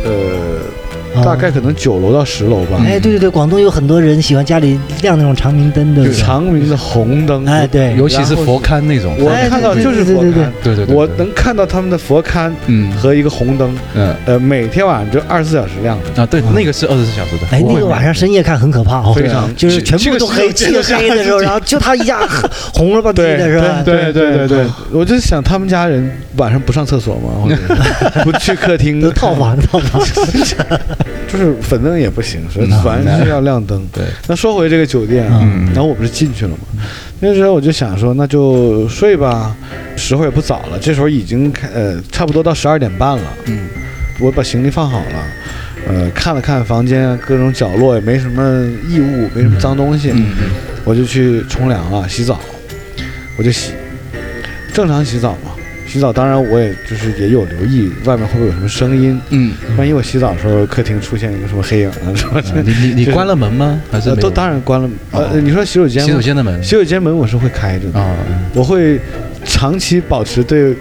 [SPEAKER 1] 呃，大概可能九楼到十楼吧，
[SPEAKER 3] 哦啊哎，对对对，广东有很多人喜欢家里亮那种长明灯的
[SPEAKER 1] 有，长明的红灯。
[SPEAKER 3] 哎对，
[SPEAKER 2] 尤其是佛龛那种，
[SPEAKER 1] 我
[SPEAKER 3] 哎
[SPEAKER 1] 看到就是
[SPEAKER 3] 对
[SPEAKER 1] 佛
[SPEAKER 3] 对对
[SPEAKER 1] 龛，
[SPEAKER 2] 对对对，
[SPEAKER 1] 我能看到他们的佛龛
[SPEAKER 2] 嗯
[SPEAKER 1] 和一个红灯，
[SPEAKER 2] 嗯
[SPEAKER 1] 呃，每天晚上就二十四小时亮着，
[SPEAKER 2] 啊对，那个是二十四小时的，
[SPEAKER 3] 哎，那个晚上深夜看很可怕哦，
[SPEAKER 1] 非常
[SPEAKER 3] 就是全部都黑，漆黑的时候，然后就他一下红了吧唧的是吧？
[SPEAKER 1] 对
[SPEAKER 2] 对
[SPEAKER 1] 对对， *laughs* 我就想他们家人晚上不上厕所吗？或者不去客厅
[SPEAKER 3] 都套，房套房，
[SPEAKER 1] *laughs* 就是粉灯也不行，是
[SPEAKER 2] 嗯
[SPEAKER 1] 反正是要亮灯。
[SPEAKER 2] 对，
[SPEAKER 1] 那说回这个酒店啊，
[SPEAKER 2] 嗯
[SPEAKER 1] 然后我不是进去了嘛，那时候我就想说，那就睡吧，时候也不早了，这时候已经开呃差不多到十二点半了，
[SPEAKER 2] 嗯
[SPEAKER 1] 我把行李放好了，呃看了看房间各种角落也没什么异物，没什么脏东西，
[SPEAKER 2] 嗯嗯
[SPEAKER 1] 我就去冲凉了，洗澡，我就洗，正常洗澡嘛。洗澡当然我也就是也有留意外面会不会有什么声音，
[SPEAKER 2] 嗯。
[SPEAKER 1] 万一我洗澡的时候客厅出现一个什么黑影啊什么
[SPEAKER 2] 啊
[SPEAKER 1] 的，
[SPEAKER 2] 你你你关了门吗？还是
[SPEAKER 1] 呃
[SPEAKER 2] 没
[SPEAKER 1] 都
[SPEAKER 2] 有
[SPEAKER 1] 当然关了。
[SPEAKER 2] 嗯哦
[SPEAKER 1] 呃，你说洗手间吗？
[SPEAKER 2] 洗手间的门
[SPEAKER 1] 洗手间门我是会开着的，
[SPEAKER 2] 啊？
[SPEAKER 1] 我会长期保持对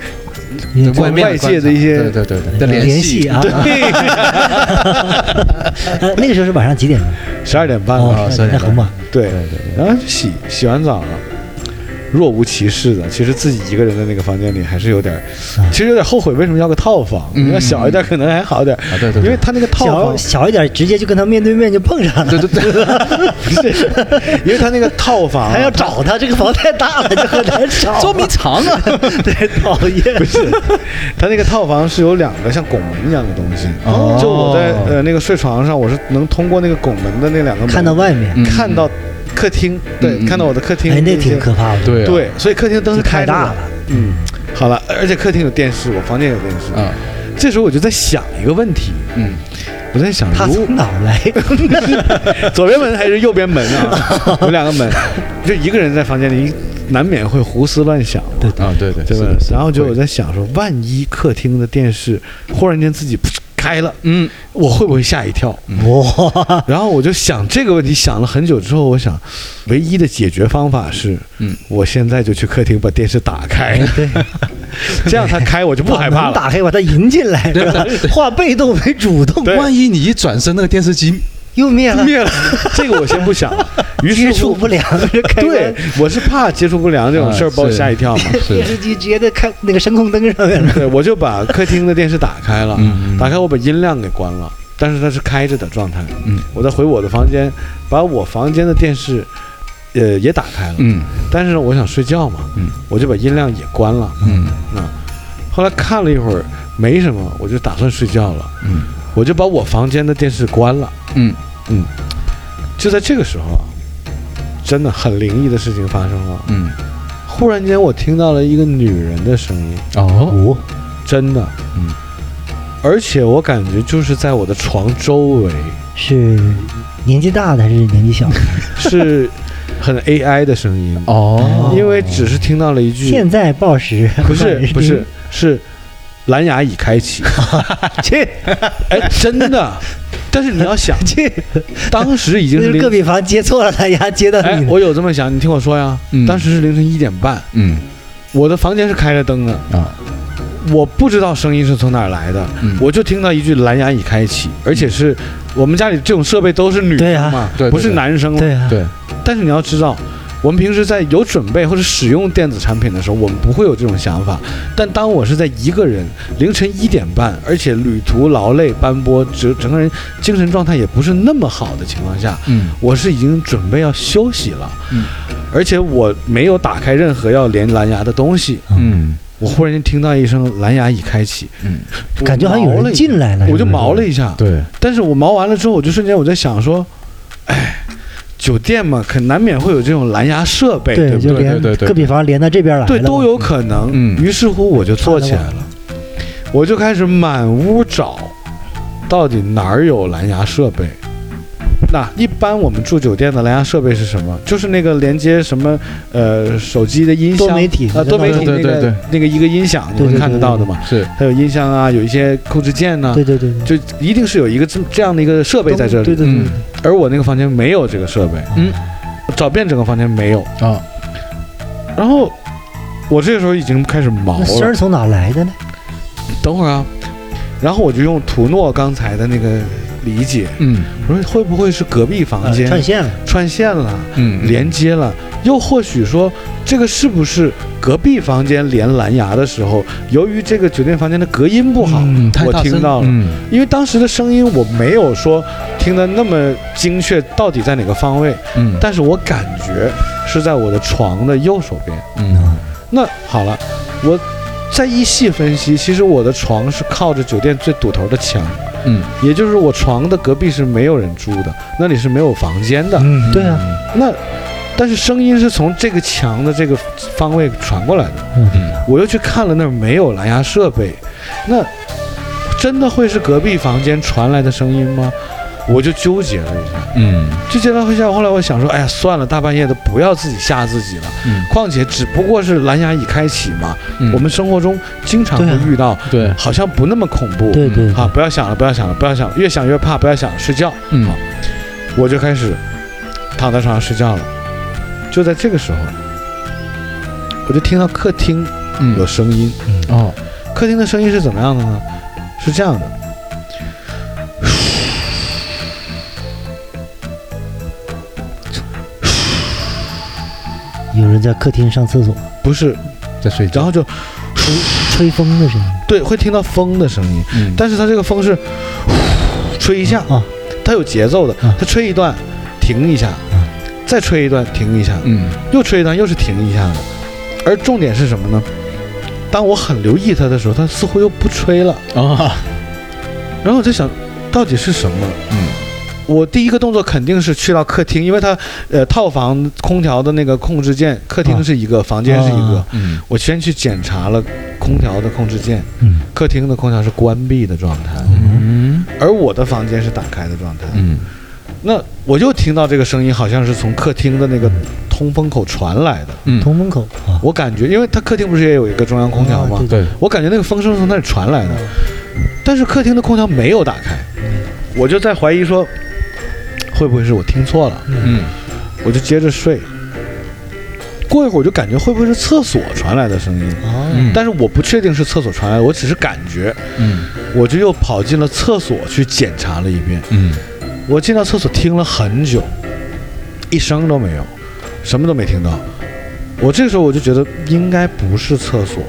[SPEAKER 2] 对外面
[SPEAKER 1] 外界的
[SPEAKER 2] 观察
[SPEAKER 1] 一些
[SPEAKER 2] 对对对对的
[SPEAKER 3] 联
[SPEAKER 2] 系
[SPEAKER 3] 系啊，
[SPEAKER 2] *laughs*
[SPEAKER 3] 呃那个时候是晚上几点呢？
[SPEAKER 1] 十啊二点半了，
[SPEAKER 3] 哦，那很晚，
[SPEAKER 1] 对
[SPEAKER 2] 对，对对，
[SPEAKER 1] 然后就洗洗完澡了。若无其事的，其实自己一个人的那个房间里还是有点儿，其实有点后悔为什么要个套房，
[SPEAKER 2] 嗯
[SPEAKER 1] 你要小一点可能还好点儿，
[SPEAKER 2] 啊对对对
[SPEAKER 1] 因为他那个套
[SPEAKER 3] 小
[SPEAKER 1] 房， *laughs*
[SPEAKER 3] 小一点，直接就跟他面对面就碰上了。
[SPEAKER 2] 对对对，
[SPEAKER 1] 因为他那个套房啊
[SPEAKER 3] 还要找他，这个房太大了，就很难找。 *laughs*
[SPEAKER 2] 捉迷藏啊！
[SPEAKER 3] 对，讨厌。
[SPEAKER 1] 他那个套房是有两个像拱门一样的东西，
[SPEAKER 2] 哦
[SPEAKER 1] 就我在呃那个睡床上，我是能通过那个拱门的那两个门
[SPEAKER 3] 看到外面，
[SPEAKER 2] 嗯
[SPEAKER 1] 看到客厅，对，
[SPEAKER 2] 嗯嗯
[SPEAKER 1] 看到我的客厅，
[SPEAKER 3] 哎，那挺可怕的。
[SPEAKER 2] 对啊
[SPEAKER 1] 对，所以客厅灯是开
[SPEAKER 3] 太
[SPEAKER 1] 着
[SPEAKER 3] 大
[SPEAKER 1] 的
[SPEAKER 3] 了，，
[SPEAKER 1] 嗯，好了，而且客厅有电视，我房间有电视，
[SPEAKER 2] 啊
[SPEAKER 1] 这时候我就在想一个问题，
[SPEAKER 2] 嗯
[SPEAKER 1] 我在想，
[SPEAKER 3] 他
[SPEAKER 1] 如
[SPEAKER 3] 从哪儿来？
[SPEAKER 1] 左边门还是右边门
[SPEAKER 2] *laughs*
[SPEAKER 1] 啊？有两个门，就一个人在房间里，难免会胡思乱想。对
[SPEAKER 2] 啊对对
[SPEAKER 1] 对吧
[SPEAKER 2] 是的？是的
[SPEAKER 1] 然后就我在想说，万一客厅的电视忽然间自己噗开了，
[SPEAKER 2] 嗯
[SPEAKER 1] 我会不会吓一跳？
[SPEAKER 3] 哇，
[SPEAKER 1] 然后我就想这个问题，想了很久之后，我想，唯一的解决方法是，
[SPEAKER 2] 嗯，
[SPEAKER 1] 我现在就去客厅把电视打开，
[SPEAKER 3] 对，
[SPEAKER 1] *laughs* 这样它开我就不害怕
[SPEAKER 3] 把门 *laughs*
[SPEAKER 1] 了。
[SPEAKER 3] 打开把他迎进来，是吧？化被动为主动，
[SPEAKER 1] 对
[SPEAKER 2] 万一你一转身，那个电视机
[SPEAKER 3] 又灭了，
[SPEAKER 1] 灭了，这个我先不想。于
[SPEAKER 3] 接
[SPEAKER 1] 是
[SPEAKER 3] 触
[SPEAKER 1] 乎，
[SPEAKER 3] 不良，这
[SPEAKER 1] *laughs*
[SPEAKER 3] 开
[SPEAKER 1] 对
[SPEAKER 3] 关，
[SPEAKER 1] 我是怕接触不良这种事儿
[SPEAKER 2] 啊
[SPEAKER 1] 把我
[SPEAKER 2] 是
[SPEAKER 1] 吓一跳嘛。*laughs*
[SPEAKER 2] 是
[SPEAKER 3] 电视机直接在看那个声控灯上面了。
[SPEAKER 1] 对，我就把客厅的电视打开了，
[SPEAKER 2] 嗯嗯
[SPEAKER 1] 打开我把音量给关了，但是它是开着的状态。
[SPEAKER 2] 嗯
[SPEAKER 1] 我再回我的房间，把我房间的电视，呃，也打开了。
[SPEAKER 2] 嗯
[SPEAKER 1] 但是呢，我想睡觉嘛，
[SPEAKER 2] 嗯
[SPEAKER 1] 我就把音量也关了。
[SPEAKER 2] 嗯
[SPEAKER 1] 啊，后来看了一会儿，没什么，我就打算睡觉了。
[SPEAKER 2] 嗯，
[SPEAKER 1] 我就把我房间的电视关了。
[SPEAKER 2] 嗯
[SPEAKER 1] 就在这个时候啊，真的很灵异的事情发生了。
[SPEAKER 2] 嗯
[SPEAKER 1] 忽然间，我听到了一个女人的声音，
[SPEAKER 2] 哦
[SPEAKER 3] 五
[SPEAKER 1] 真的，
[SPEAKER 2] 嗯，
[SPEAKER 1] 而且我感觉就是在我的床周围，
[SPEAKER 3] 是年纪大的还是年纪小的？
[SPEAKER 1] 是
[SPEAKER 2] *laughs*
[SPEAKER 1] 很 AI 的声音，
[SPEAKER 2] 哦
[SPEAKER 1] 因为只是听到了一句
[SPEAKER 3] *laughs* 现，在报时
[SPEAKER 1] 不是不是，是蓝牙已开启，
[SPEAKER 3] *laughs* *laughs* 去
[SPEAKER 1] 哎，真的，但是你要想，
[SPEAKER 3] 去，
[SPEAKER 1] *laughs* 当时已经
[SPEAKER 3] 那
[SPEAKER 1] 是
[SPEAKER 3] 是隔
[SPEAKER 1] 凌，
[SPEAKER 3] 壁房接错了蓝牙接到
[SPEAKER 1] 哎
[SPEAKER 3] 你，的。
[SPEAKER 1] 我有这么想，你听我说呀
[SPEAKER 2] 嗯，
[SPEAKER 1] 当时是凌晨一点半，
[SPEAKER 2] 嗯
[SPEAKER 1] 我的房间是开着灯的，
[SPEAKER 2] 啊
[SPEAKER 1] 我不知道声音是从哪儿来的，
[SPEAKER 2] 嗯
[SPEAKER 1] 我就听到一句蓝牙已开启，而且是我们家里这种设备都是女
[SPEAKER 3] 对
[SPEAKER 1] 生
[SPEAKER 3] 啊
[SPEAKER 1] 嘛，
[SPEAKER 2] 对对
[SPEAKER 1] 不是
[SPEAKER 2] 对
[SPEAKER 1] 男生嘛，
[SPEAKER 3] 对啊，
[SPEAKER 2] 对
[SPEAKER 1] 但是你要知道，我们平时在有准备或者使用电子产品的时候，我们不会有这种想法。但当我是在一个人凌晨一点半，而且旅途劳累斑驳，整整个人精神状态也不是那么好的情况下，
[SPEAKER 2] 嗯
[SPEAKER 1] 我是已经准备要休息了，
[SPEAKER 2] 嗯
[SPEAKER 1] 而且我没有打开任何要连蓝牙的东西。
[SPEAKER 2] 嗯
[SPEAKER 1] 我忽然间听到一声蓝牙已开启，
[SPEAKER 2] 嗯，
[SPEAKER 1] 我
[SPEAKER 3] 感觉好像
[SPEAKER 1] 毛
[SPEAKER 3] 有
[SPEAKER 1] 了
[SPEAKER 3] 人
[SPEAKER 1] 一
[SPEAKER 3] 进来了，
[SPEAKER 1] 我就是
[SPEAKER 3] 不是
[SPEAKER 1] 毛了一下，
[SPEAKER 2] 对，
[SPEAKER 1] 但是我毛完了之后，我就瞬间我在想说，哎，酒店嘛，可难免会有这种蓝牙设备，
[SPEAKER 3] 对，
[SPEAKER 1] 不
[SPEAKER 3] 就
[SPEAKER 1] 对？
[SPEAKER 3] 连
[SPEAKER 2] 对对对
[SPEAKER 3] 个比方连到这边来了，
[SPEAKER 1] 对，都有可能。
[SPEAKER 2] 嗯
[SPEAKER 1] 于是乎我就坐起来了，
[SPEAKER 3] 嗯
[SPEAKER 1] 我就开始满屋找，到底哪儿有蓝牙设备？那一般我们住酒店的蓝牙设备是什么？就是那个连接什么呃手机的音箱
[SPEAKER 3] 多媒体
[SPEAKER 1] 啊，多媒体
[SPEAKER 2] 对
[SPEAKER 1] 那
[SPEAKER 2] 对对
[SPEAKER 1] 个那个一个音响你
[SPEAKER 3] 对
[SPEAKER 1] 会
[SPEAKER 3] 对
[SPEAKER 1] 看得
[SPEAKER 3] 对
[SPEAKER 1] 到的嘛？
[SPEAKER 2] 是
[SPEAKER 1] 还有音箱啊，有一些控制键呐、
[SPEAKER 3] 对对对对，
[SPEAKER 1] 就一定是有一个这这样的一个设备在这里。
[SPEAKER 3] 对对对对
[SPEAKER 2] 嗯
[SPEAKER 1] 而我那个房间没有这个设备，
[SPEAKER 2] 嗯，
[SPEAKER 1] 找遍整个房间没有。
[SPEAKER 2] 啊，
[SPEAKER 1] 然后我这个时候已经开始毛
[SPEAKER 3] 那声
[SPEAKER 1] 了
[SPEAKER 3] 儿，从哪来的呢？
[SPEAKER 1] 等会儿啊，然后我就用图诺刚才的那个理解，
[SPEAKER 2] 嗯
[SPEAKER 1] 我说会不会是隔壁
[SPEAKER 3] 啊
[SPEAKER 1] 房间、
[SPEAKER 3] 串线了，
[SPEAKER 1] 呃串线了？
[SPEAKER 2] 嗯，
[SPEAKER 1] 连接了，又或许说，这个是不是隔壁房间连蓝牙的时候，由于这个酒店房间的隔音不好，
[SPEAKER 2] 嗯太
[SPEAKER 1] 我
[SPEAKER 2] 大
[SPEAKER 1] 听
[SPEAKER 2] 声
[SPEAKER 1] 到了
[SPEAKER 2] 嗯
[SPEAKER 1] 因为当时的声音我没有说听得那么精确，到底在哪个方位，
[SPEAKER 2] 嗯
[SPEAKER 1] 但是我感觉是在我的床的右手边。
[SPEAKER 2] 嗯
[SPEAKER 3] 啊
[SPEAKER 1] 那好了，我再一细分析，其实我的床是靠着酒店最堵头的墙，
[SPEAKER 2] 嗯
[SPEAKER 1] 也就是我床的隔壁是没有人住的，那里是没有房间的。
[SPEAKER 3] 嗯，对啊，
[SPEAKER 2] 啊，
[SPEAKER 1] 那但是声音是从这个墙的这个方位传过来的，
[SPEAKER 2] 嗯
[SPEAKER 1] 我又去看了那儿没有蓝牙设备，那真的会是隔壁房间传来的声音吗？我就纠结了一下，
[SPEAKER 2] 嗯
[SPEAKER 1] 纠结了一下，后来我想说，哎呀，算了，大半夜的不要自己吓自己了。
[SPEAKER 2] 嗯
[SPEAKER 1] 况且只不过是蓝牙已开启嘛，
[SPEAKER 2] 嗯，
[SPEAKER 1] 我们生活中经常会遇到，
[SPEAKER 2] 对啊
[SPEAKER 1] 好像不那么恐怖。
[SPEAKER 3] 对对，
[SPEAKER 1] 啊，不要想了，不要想了，不要想了，越想越怕，不要想了，睡觉。
[SPEAKER 2] 嗯
[SPEAKER 1] 好我就开始躺在床上睡觉了。就在这个时候，我就听到客厅
[SPEAKER 2] 嗯
[SPEAKER 1] 有声音。
[SPEAKER 2] 哦
[SPEAKER 1] 客厅的声音是怎么样的呢？是这样的，
[SPEAKER 3] 有人在客厅上厕所，
[SPEAKER 1] 不是，
[SPEAKER 2] 在睡
[SPEAKER 1] 然
[SPEAKER 2] 觉，
[SPEAKER 1] 后就
[SPEAKER 3] 吹风的声音，
[SPEAKER 1] 对，会听到风的声音，
[SPEAKER 2] 嗯
[SPEAKER 1] 但是它这个风是吹一下
[SPEAKER 3] 啊，
[SPEAKER 1] 它有节奏的
[SPEAKER 3] 啊，
[SPEAKER 1] 它吹一段停一下，再吹一段停一下，
[SPEAKER 2] 嗯
[SPEAKER 1] 又吹一段又是停一下的。而重点是什么呢？当我很留意它的时候，它似乎又不吹了。
[SPEAKER 2] 啊
[SPEAKER 1] 然后我在想，到底是什么？
[SPEAKER 2] 嗯
[SPEAKER 1] 我第一个动作肯定是去到客厅，因为它呃套房空调的那个控制键，客厅是一个，房间是一个。
[SPEAKER 3] 啊
[SPEAKER 2] 嗯
[SPEAKER 1] 我先去检查了空调的控制键，
[SPEAKER 3] 嗯
[SPEAKER 1] 客厅的空调是关闭的状态，
[SPEAKER 2] 嗯
[SPEAKER 1] 而我的房间是打开的状态。
[SPEAKER 2] 嗯
[SPEAKER 1] 那我又听到这个声音，好像是从客厅的那个通风口传来的。
[SPEAKER 2] 嗯，
[SPEAKER 3] 通风口啊，
[SPEAKER 1] 我感觉，因为它客厅不是也有一个中央空调吗？
[SPEAKER 3] 啊对
[SPEAKER 2] 对，
[SPEAKER 1] 我感觉那个风声是从那里传来的，但是客厅的空调没有打开，我就在怀疑说，会不会是我听错了？
[SPEAKER 2] 嗯
[SPEAKER 1] 我就接着睡。过一会儿我就感觉会不会是厕所传来的声音？
[SPEAKER 3] 啊，
[SPEAKER 2] 嗯，
[SPEAKER 1] 但是我不确定是厕所传来的，我只是感觉，
[SPEAKER 2] 嗯
[SPEAKER 1] 我就又跑进了厕所去检查了一遍。
[SPEAKER 2] 嗯
[SPEAKER 1] 我进到厕所听了很久，一声都没有，什么都没听到。我这个时候我就觉得应该不是厕所。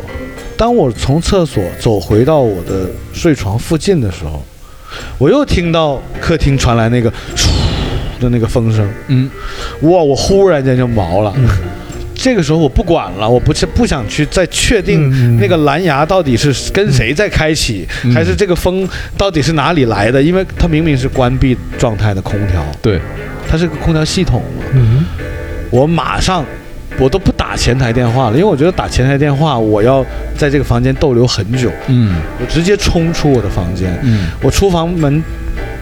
[SPEAKER 1] 当我从厕所走回到我的睡床附近的时候，我又听到客厅传来那个唰的那个风声，
[SPEAKER 2] 嗯
[SPEAKER 1] 哇！我忽然间就毛了。
[SPEAKER 3] 嗯
[SPEAKER 1] 这个时候我不管了，我不去不想去再确定
[SPEAKER 3] 嗯嗯
[SPEAKER 1] 那个蓝牙到底是跟谁在开启，
[SPEAKER 2] 嗯
[SPEAKER 1] 还是这个风到底是哪里来的，因为它明明是关闭状态的空调，
[SPEAKER 2] 对，
[SPEAKER 1] 它是个空调系统嘛。
[SPEAKER 3] 嗯，
[SPEAKER 1] 我马上。我都不打前台电话了，因为我觉得打前台电话，我要在这个房间逗留很久。
[SPEAKER 2] 嗯
[SPEAKER 1] 我直接冲出我的房间，
[SPEAKER 2] 嗯
[SPEAKER 1] 我出房门，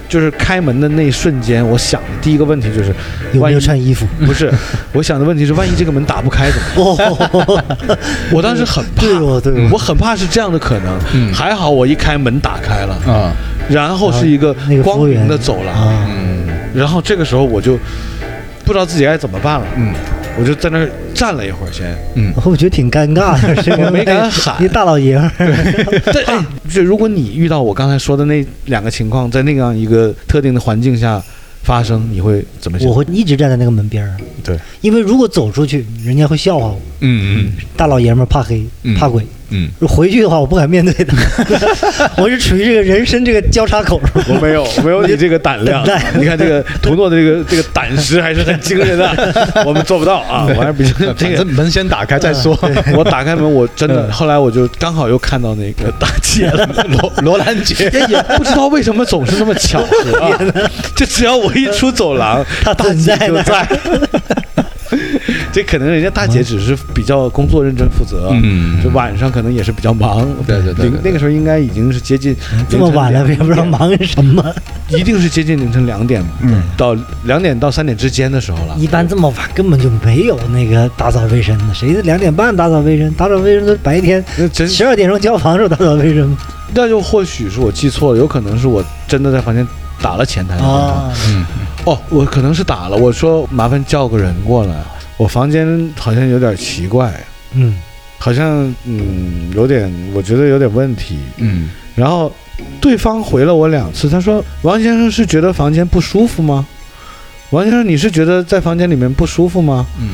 [SPEAKER 1] 就是开门的那一瞬间，我想的第一个问题就是，
[SPEAKER 3] 有没
[SPEAKER 1] 万一
[SPEAKER 3] 有穿
[SPEAKER 1] *laughs*
[SPEAKER 3] 衣服？
[SPEAKER 1] 不是，我想的问题是，万一这个门打不开怎么办？
[SPEAKER 3] 哦，
[SPEAKER 1] 我当时很怕，
[SPEAKER 3] 对哦对哦
[SPEAKER 1] 我很怕是这样的可能。
[SPEAKER 2] 嗯
[SPEAKER 1] 还好我一开门打开了，
[SPEAKER 2] 啊
[SPEAKER 1] 然后是一个
[SPEAKER 3] 啊那个服
[SPEAKER 1] 光
[SPEAKER 3] 务
[SPEAKER 1] 明
[SPEAKER 3] 员
[SPEAKER 1] 的走廊，
[SPEAKER 3] 啊，
[SPEAKER 2] 嗯
[SPEAKER 1] 然后这个时候我就不知道自己该怎么办了，
[SPEAKER 2] 嗯
[SPEAKER 1] 我就在那儿站了一会儿 *laughs* 先。
[SPEAKER 2] 嗯
[SPEAKER 3] 我觉得挺尴尬的，这
[SPEAKER 1] *laughs*
[SPEAKER 3] 个
[SPEAKER 1] 我没敢喊
[SPEAKER 3] 一大老爷们儿，
[SPEAKER 1] 对，哎就如果你遇到我刚才说的那两个情况，在那样一个特定的环境下发生，你会怎么想
[SPEAKER 3] 我？会一直站在那个门边儿，啊
[SPEAKER 2] 对，
[SPEAKER 3] 因为如果走出去，人家会笑话我。
[SPEAKER 2] 嗯嗯
[SPEAKER 3] 大老爷们儿怕黑
[SPEAKER 2] 嗯，
[SPEAKER 3] 怕鬼。
[SPEAKER 2] 嗯，
[SPEAKER 3] 回去的话，我不敢面 *laughs* 对的，我是处于这个人生这个交叉口处。
[SPEAKER 1] 我没有，没有你这个胆量
[SPEAKER 3] 等待。
[SPEAKER 1] 你看这个图诺的这个这个胆识还是很惊人的， *laughs* 我们做不到啊，我还是比较 *laughs* 这
[SPEAKER 2] 反
[SPEAKER 1] 个
[SPEAKER 2] 正。门先打开再 *laughs* 说。
[SPEAKER 1] *laughs* 我打开门，我真的，后来我就刚好又看到那个大姐了，
[SPEAKER 2] 罗罗兰杰，
[SPEAKER 1] 也也不知道为什么总是这么巧合、啊， *laughs* 就只要我一出走廊，
[SPEAKER 3] 他
[SPEAKER 1] 大
[SPEAKER 3] 存
[SPEAKER 1] 姐
[SPEAKER 3] 在
[SPEAKER 1] 就
[SPEAKER 3] 呢
[SPEAKER 1] 在。 *laughs* 这可能人家大姐只是比较工作认真负责，啊
[SPEAKER 2] 嗯
[SPEAKER 1] 就晚上可能也是比较忙。
[SPEAKER 2] 对对对对对
[SPEAKER 1] 凌那个时候应该已经是接近
[SPEAKER 3] 这么晚了，
[SPEAKER 1] 凌
[SPEAKER 3] 也
[SPEAKER 1] 晨
[SPEAKER 3] 不知道
[SPEAKER 1] 两点，
[SPEAKER 3] 忙什么。
[SPEAKER 1] 一定是接近凌晨两点，
[SPEAKER 2] 嗯
[SPEAKER 1] 到两点到三点之间的时候了。
[SPEAKER 3] 一般这么晚根本就没有那个打扫卫生的，谁两点半打扫卫生？打扫卫生都是白天，
[SPEAKER 1] 那真
[SPEAKER 3] 十二点钟交房时候打扫卫生吗？
[SPEAKER 1] 那就或许是我记错了，有可能是我真的在房间打了前台的电话
[SPEAKER 3] 啊，
[SPEAKER 2] 嗯
[SPEAKER 1] 哦，我可能是打了。我说麻烦叫个人过来，我房间好像有点奇怪，
[SPEAKER 3] 嗯，
[SPEAKER 1] 好像嗯有点，我觉得有点问题。
[SPEAKER 2] 嗯
[SPEAKER 1] 然后对方回了我两次，他说：“王先生是觉得房间不舒服吗？王先生，你是觉得在房间里面不舒服吗
[SPEAKER 2] 嗯？”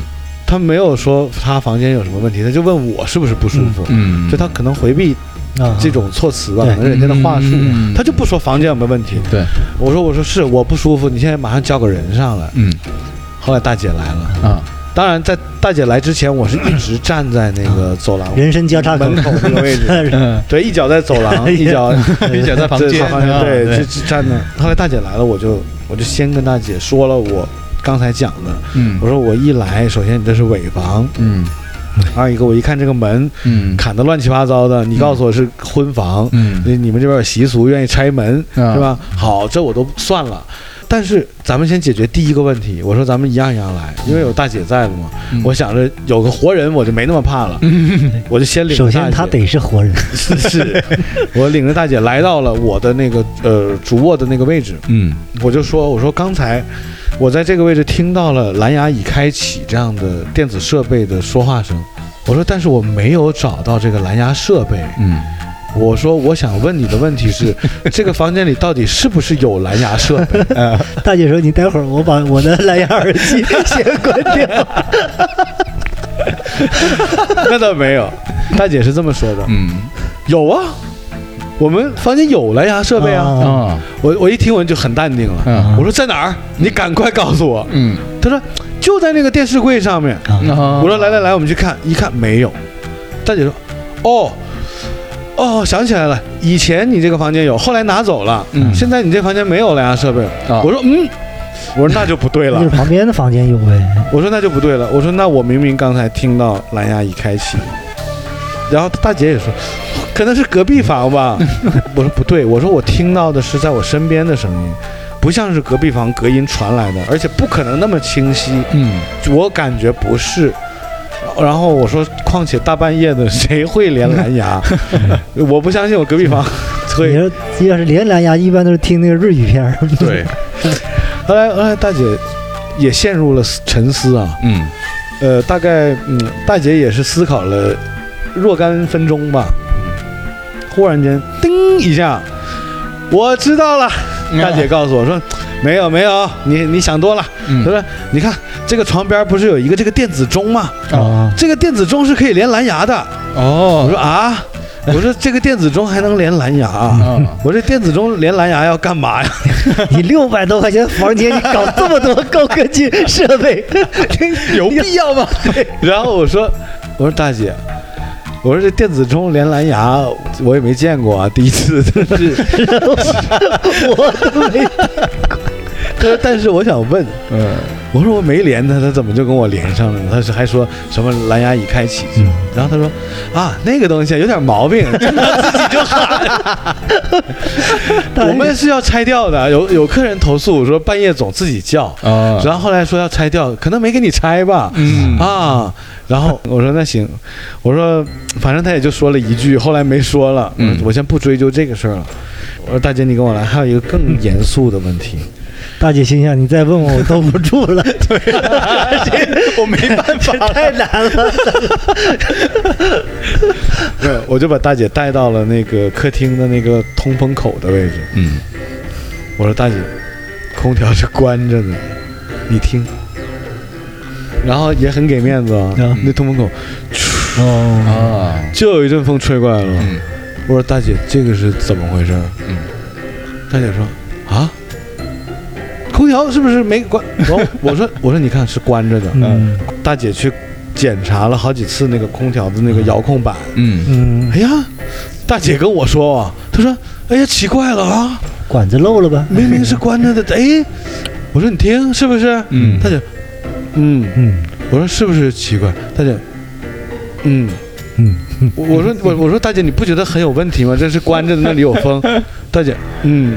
[SPEAKER 1] 他没有说他房间有什么问题，他就问我是不是不舒服。
[SPEAKER 2] 嗯
[SPEAKER 1] 就他可能回避
[SPEAKER 3] 啊，
[SPEAKER 1] 这种措辞吧，
[SPEAKER 3] 对
[SPEAKER 1] 可能人家的话术
[SPEAKER 2] 嗯嗯嗯，
[SPEAKER 1] 他就不说房间有没有问题。
[SPEAKER 2] 对，
[SPEAKER 1] 我说我说是我不舒服，你现在马上叫个人上来。
[SPEAKER 2] 嗯
[SPEAKER 1] 后来大姐来了，
[SPEAKER 2] 啊，
[SPEAKER 1] 当然在大姐来之前，我是一直站在那
[SPEAKER 2] 啊
[SPEAKER 1] 个走廊
[SPEAKER 3] 人生交叉口
[SPEAKER 1] 门口那个位置，
[SPEAKER 2] 嗯，
[SPEAKER 1] 对，一脚在走
[SPEAKER 2] 哎
[SPEAKER 1] 廊，一
[SPEAKER 2] *laughs*
[SPEAKER 1] 脚
[SPEAKER 2] 并且在房间
[SPEAKER 1] 对，
[SPEAKER 2] 啊，
[SPEAKER 1] 对，就就站那。后来大姐来了，我就我就先跟大姐说了我刚才讲的，
[SPEAKER 2] 嗯
[SPEAKER 1] 我说我一来，首先你这是尾房，
[SPEAKER 2] 嗯
[SPEAKER 1] 二一个我一看这个门
[SPEAKER 2] 嗯
[SPEAKER 1] 砍得乱七八糟的，你告诉我是婚房，
[SPEAKER 2] 嗯
[SPEAKER 1] 你你们这边有习俗愿意拆门
[SPEAKER 2] 啊
[SPEAKER 1] 是吧？好，这我都算了。但是咱们先解决第一个问题，我说咱们一样一样来，因为有大姐在了嘛。
[SPEAKER 2] 嗯
[SPEAKER 1] 我想着有个活人，我就没那么怕
[SPEAKER 3] *laughs*
[SPEAKER 1] 了，我就先领着
[SPEAKER 3] 首
[SPEAKER 1] 大姐。
[SPEAKER 3] 先他
[SPEAKER 1] *laughs*
[SPEAKER 3] *laughs* 得是活人，
[SPEAKER 1] 是是，我领着大姐来到了我的那个呃主卧的那个位置，
[SPEAKER 2] 嗯
[SPEAKER 1] 我就说我说刚才我在这个位置听到了蓝牙已开启这样的电子设备的说话声，我说但是我没有找到这个蓝牙设备，
[SPEAKER 2] 嗯
[SPEAKER 1] 我说我想问你的问题 *laughs* 是这个房间里到底是不是有蓝牙设 *laughs* 备？
[SPEAKER 3] 大姐说：“你待会儿我把我的蓝牙耳机先关
[SPEAKER 1] *laughs*
[SPEAKER 3] 掉。
[SPEAKER 1] 那倒没有，大姐是这么说的，
[SPEAKER 2] 嗯
[SPEAKER 1] 有啊，我们房间有蓝牙设备啊。
[SPEAKER 3] 啊
[SPEAKER 2] 啊
[SPEAKER 1] 我我一听我就很淡定了，
[SPEAKER 2] 嗯
[SPEAKER 1] 我说在哪儿？你赶快告诉我。
[SPEAKER 2] 嗯，
[SPEAKER 1] 他说就在那个电视柜上面。
[SPEAKER 2] 我
[SPEAKER 1] 我说来来来，我们去看，一看没有。大姐说，哦。哦，想起来了，以前你这个房间有，后来拿走了。
[SPEAKER 2] 嗯
[SPEAKER 1] 现在你这房间没有蓝牙设备。
[SPEAKER 2] 啊
[SPEAKER 1] 我说，嗯，我说那就不对
[SPEAKER 3] 那
[SPEAKER 1] 了
[SPEAKER 3] *laughs* 就。是旁边的房间有呗。
[SPEAKER 1] 我说那就不对了。我说那我明明刚才听到蓝牙已开启，然后大姐也说，可能是隔壁房吧。我说不对，我说我听到的是在我身边的声音，不像是隔壁房隔音传来的，而且不可能那么清晰，
[SPEAKER 2] 嗯
[SPEAKER 1] 我感觉不是。然后我说，况且大半夜的，谁会连蓝牙？我不相信我隔壁房
[SPEAKER 3] 你
[SPEAKER 1] 会。
[SPEAKER 3] 说要是连蓝牙，一般都是听那个日语片儿。
[SPEAKER 2] 对
[SPEAKER 1] 后来，后来大姐也陷入了沉思啊。
[SPEAKER 2] 嗯
[SPEAKER 1] 呃，大概嗯，大姐也是思考了若干分钟吧，忽然间叮一下，我知道了。大姐告诉我说，没有没有，你你想多了。她
[SPEAKER 2] 嗯
[SPEAKER 1] 说，你看这个床边不是有一个这个电子钟吗？
[SPEAKER 2] 아.
[SPEAKER 3] 啊，
[SPEAKER 1] 这个电子钟是可以连蓝牙的。我
[SPEAKER 2] 哦
[SPEAKER 1] 说啊，我说这个电子钟还能连蓝牙啊？
[SPEAKER 2] 啊
[SPEAKER 1] 我说电子钟连蓝牙要干嘛呀？
[SPEAKER 3] 你六百多块钱房间，你搞这么多高科技设备，
[SPEAKER 2] *laughs* 有必要
[SPEAKER 1] *laughs*
[SPEAKER 2] 吗？
[SPEAKER 1] 然后我说，我说大姐，我说这电子钟连蓝牙我也没见过啊，第一
[SPEAKER 2] *laughs*
[SPEAKER 1] 次。 *laughs*
[SPEAKER 3] 我都没。
[SPEAKER 1] 他说：“但是我想问，
[SPEAKER 2] 嗯
[SPEAKER 1] 我说我没连他，他怎么就跟我连上了呢？他是还说什么蓝牙已开启，
[SPEAKER 2] 嗯
[SPEAKER 1] 然后他说啊，那个东西有点毛病，经常自己就喊。
[SPEAKER 2] *laughs*
[SPEAKER 1] 我们是要拆掉的，有有客人投诉说半夜总自己叫，
[SPEAKER 2] 啊
[SPEAKER 1] 然后后来说要拆掉，可能没给你拆吧。”
[SPEAKER 2] 嗯
[SPEAKER 1] 啊，然后我说那行，我说反正他也就说了一句，后来没说了，
[SPEAKER 2] 嗯
[SPEAKER 1] 我先不追究这个事儿了。我说大姐，你跟我来，还有一个更严肃的问题，
[SPEAKER 3] 大姐心想：你再问我，我兜不住 *laughs* 了。对，
[SPEAKER 2] 我没办
[SPEAKER 3] 这太难了。
[SPEAKER 1] 对，我就把大姐带到了那个客厅的那个通风口的位置。
[SPEAKER 2] 嗯
[SPEAKER 1] 我说大姐，空调是关着的，你听。然后也很给面子啊
[SPEAKER 3] 嗯。
[SPEAKER 1] 那通风口
[SPEAKER 3] 哦，
[SPEAKER 2] 啊，
[SPEAKER 1] 就有一阵风吹过来了，
[SPEAKER 2] 嗯
[SPEAKER 1] 我说大姐，这个是怎么回事儿？
[SPEAKER 2] 嗯，
[SPEAKER 1] 大姐说啊，空调是不是没关？ *laughs* 然后我说我说你看是关着的。
[SPEAKER 3] 嗯
[SPEAKER 1] 大姐去检查了好几次那个空调的那个遥控板，
[SPEAKER 2] 嗯，
[SPEAKER 3] 嗯，
[SPEAKER 1] 哎呀，大姐跟我说啊，她说哎呀奇怪了啊，
[SPEAKER 3] 管子漏了吧？
[SPEAKER 1] 明明是关着的，哎，我说你听是不是？
[SPEAKER 2] 嗯
[SPEAKER 1] 大姐，嗯，
[SPEAKER 3] 嗯
[SPEAKER 1] 我说是不是奇怪？大姐，嗯。
[SPEAKER 3] 嗯嗯
[SPEAKER 1] 我我说我我说大姐，你不觉得很有问题吗？这是关着的，那里有
[SPEAKER 2] *laughs*
[SPEAKER 1] 风。大姐，嗯，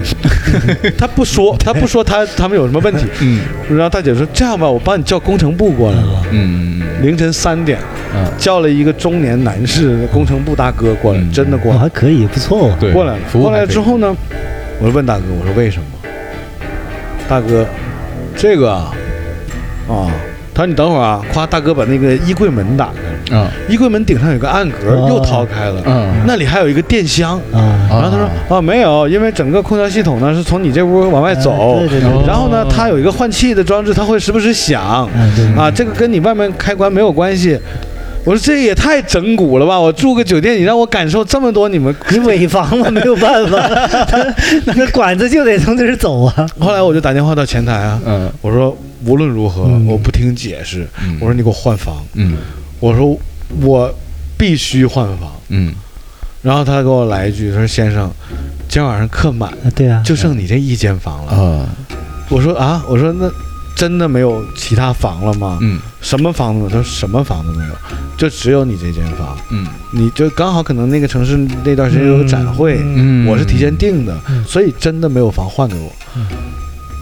[SPEAKER 1] 她不说，她不说她他们有什么问题。
[SPEAKER 2] 嗯
[SPEAKER 1] 然后大姐说这样吧，我帮你叫工程部过来吧。
[SPEAKER 2] 嗯
[SPEAKER 1] 凌晨三点，
[SPEAKER 2] 嗯，
[SPEAKER 1] 叫了一个中年男士工程部大哥过来，
[SPEAKER 2] 嗯
[SPEAKER 1] 真的过
[SPEAKER 3] 我
[SPEAKER 1] 来
[SPEAKER 3] 还可以，不错哦。
[SPEAKER 2] 对，
[SPEAKER 1] 过来了。
[SPEAKER 2] 服务
[SPEAKER 1] 过来之后呢，我就问大哥，我说为什么？大哥，这个啊，啊，他说你等会儿啊，夸大哥把那个衣柜门打开了。
[SPEAKER 2] 啊
[SPEAKER 1] 衣柜门顶上有个暗格，
[SPEAKER 3] 哦
[SPEAKER 1] 又掏开了，
[SPEAKER 2] 嗯
[SPEAKER 1] 那里还有一个电箱。
[SPEAKER 3] 啊，
[SPEAKER 2] 아.
[SPEAKER 1] 然后他说啊，没有，因为整个空调系统呢是从你这屋往外走
[SPEAKER 3] 哎对对对，
[SPEAKER 1] 然后呢
[SPEAKER 2] 哦，
[SPEAKER 1] 它有一个换气的装置，它会时不时响，
[SPEAKER 3] 嗯对
[SPEAKER 1] 啊，这个跟你外面开关没有关系。我说这也太整蛊了吧！我住个酒店，你让我感受这么多，你们
[SPEAKER 3] 你违房嘛，没有办 *laughs* 法，那那管子就得从这儿走啊。
[SPEAKER 1] 后来我就打电话到前台啊，
[SPEAKER 2] 嗯
[SPEAKER 1] 我说无论如何
[SPEAKER 3] 嗯
[SPEAKER 1] 我不听解释，
[SPEAKER 2] 嗯
[SPEAKER 1] 我说你给我换房，
[SPEAKER 2] 嗯
[SPEAKER 1] 我说我必须换房。
[SPEAKER 2] 嗯
[SPEAKER 1] 然后他给我来一句，他说先生，今天晚上客满，
[SPEAKER 3] 啊对啊，
[SPEAKER 1] 就剩你这一间房了。
[SPEAKER 2] 啊
[SPEAKER 1] 我说啊，我说那真的没有其他房了吗？
[SPEAKER 2] 嗯
[SPEAKER 1] 什么房子？他说什么房都没有，就只有你这间房。
[SPEAKER 2] 嗯
[SPEAKER 1] 你就刚好可能那个城市那段时间有展会，
[SPEAKER 2] 嗯，
[SPEAKER 1] 我是提前订的，
[SPEAKER 3] 嗯
[SPEAKER 1] 所以真的没有房换给我。
[SPEAKER 3] 嗯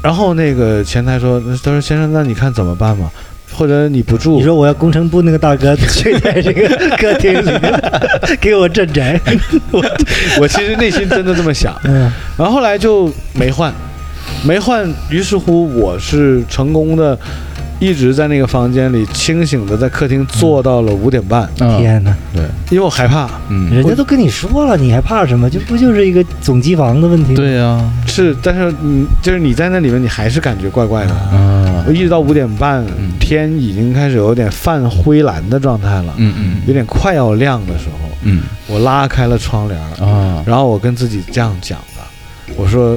[SPEAKER 1] 然后那个前台说，他说先生，那你看怎么办吧？或者你不住
[SPEAKER 3] 你？
[SPEAKER 1] *laughs*
[SPEAKER 3] 说我要工程部那个大哥睡在这 *laughs* 个客厅里面，给我镇宅。
[SPEAKER 1] 我其实内心真的这么想。
[SPEAKER 3] 嗯
[SPEAKER 1] 然后后来就没换，没换。于是乎，我是成功的，一直在那个房间里清醒的在客厅坐到了五点半，
[SPEAKER 2] 嗯
[SPEAKER 3] 天哪，
[SPEAKER 2] 对，
[SPEAKER 1] 因为我害怕，
[SPEAKER 2] 嗯
[SPEAKER 3] 人家都跟你说了，你还怕什么？这不就是一个总机房的问题？，
[SPEAKER 2] 对呀
[SPEAKER 1] 是，但是你就是你在那里面，你还是感觉怪怪的。
[SPEAKER 2] 啊
[SPEAKER 1] 我一直到五点半
[SPEAKER 2] 嗯，
[SPEAKER 1] 天已经开始有点泛灰蓝的状态了，
[SPEAKER 2] 嗯
[SPEAKER 1] 有点快要亮的时候，
[SPEAKER 2] 嗯
[SPEAKER 1] 我拉开了窗帘，
[SPEAKER 2] 嗯啊
[SPEAKER 1] 然后我跟自己这样讲的，我说，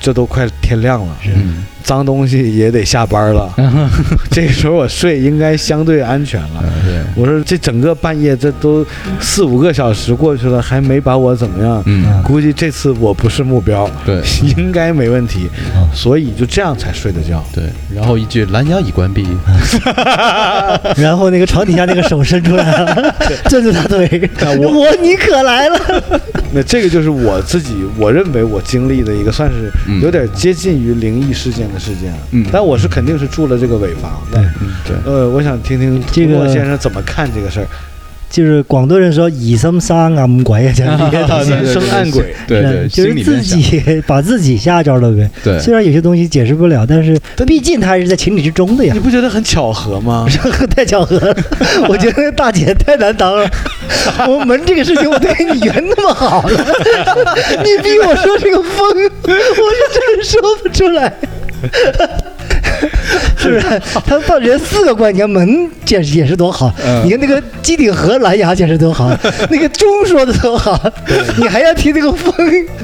[SPEAKER 1] 这都快天亮了，
[SPEAKER 2] 嗯
[SPEAKER 1] 脏东西也得下班了。 *laughs* 这个时候我睡应该相对安全了。
[SPEAKER 2] 对
[SPEAKER 1] 我说这整个半夜这都四五个小时过去了，还没把我怎么样，
[SPEAKER 2] 嗯
[SPEAKER 1] 估计这次我不是目标，
[SPEAKER 2] 对
[SPEAKER 1] *laughs*
[SPEAKER 2] 啊
[SPEAKER 1] 应该没问题
[SPEAKER 3] 哦，
[SPEAKER 1] 所以就这样才睡得
[SPEAKER 2] *laughs*
[SPEAKER 1] 觉。
[SPEAKER 2] 对，然后一句蓝牙已关闭，
[SPEAKER 3] *laughs* 然后那个床底下那个手伸出来 *laughs* 了，攥住他腿，
[SPEAKER 1] 那我
[SPEAKER 3] 我你可来了。
[SPEAKER 1] 那这个就是我自己我认为我经历的一个算是
[SPEAKER 2] 嗯
[SPEAKER 1] 有点接近于灵异事件的事件，
[SPEAKER 2] 嗯
[SPEAKER 1] 但我是肯定是住了这个尾房的。
[SPEAKER 2] 嗯对，
[SPEAKER 1] 呃，我想听听
[SPEAKER 3] 这个
[SPEAKER 1] 莫先生怎么看这个事儿，
[SPEAKER 3] 就是广东人说“以心杀暗鬼”啊，这样的东西。
[SPEAKER 1] *laughs* 对
[SPEAKER 2] 对对，
[SPEAKER 3] 就是自己把自己吓着了呗。
[SPEAKER 2] 对
[SPEAKER 3] 虽然有些东西解释不了，但是
[SPEAKER 1] 但
[SPEAKER 3] 毕竟他还是在情理之中的呀
[SPEAKER 1] 你。不觉得很巧合吗？
[SPEAKER 3] 太巧合了， *laughs* 我觉得大姐太难当了。我门这个事情，我对你缘那么好了，你逼我说这个风，我是真说不出来。是不是？他到人四个关节门解释解释多好，
[SPEAKER 2] 嗯
[SPEAKER 3] 你看那个机顶盒蓝牙解释多好，那个钟说的多好，你还要提那个风，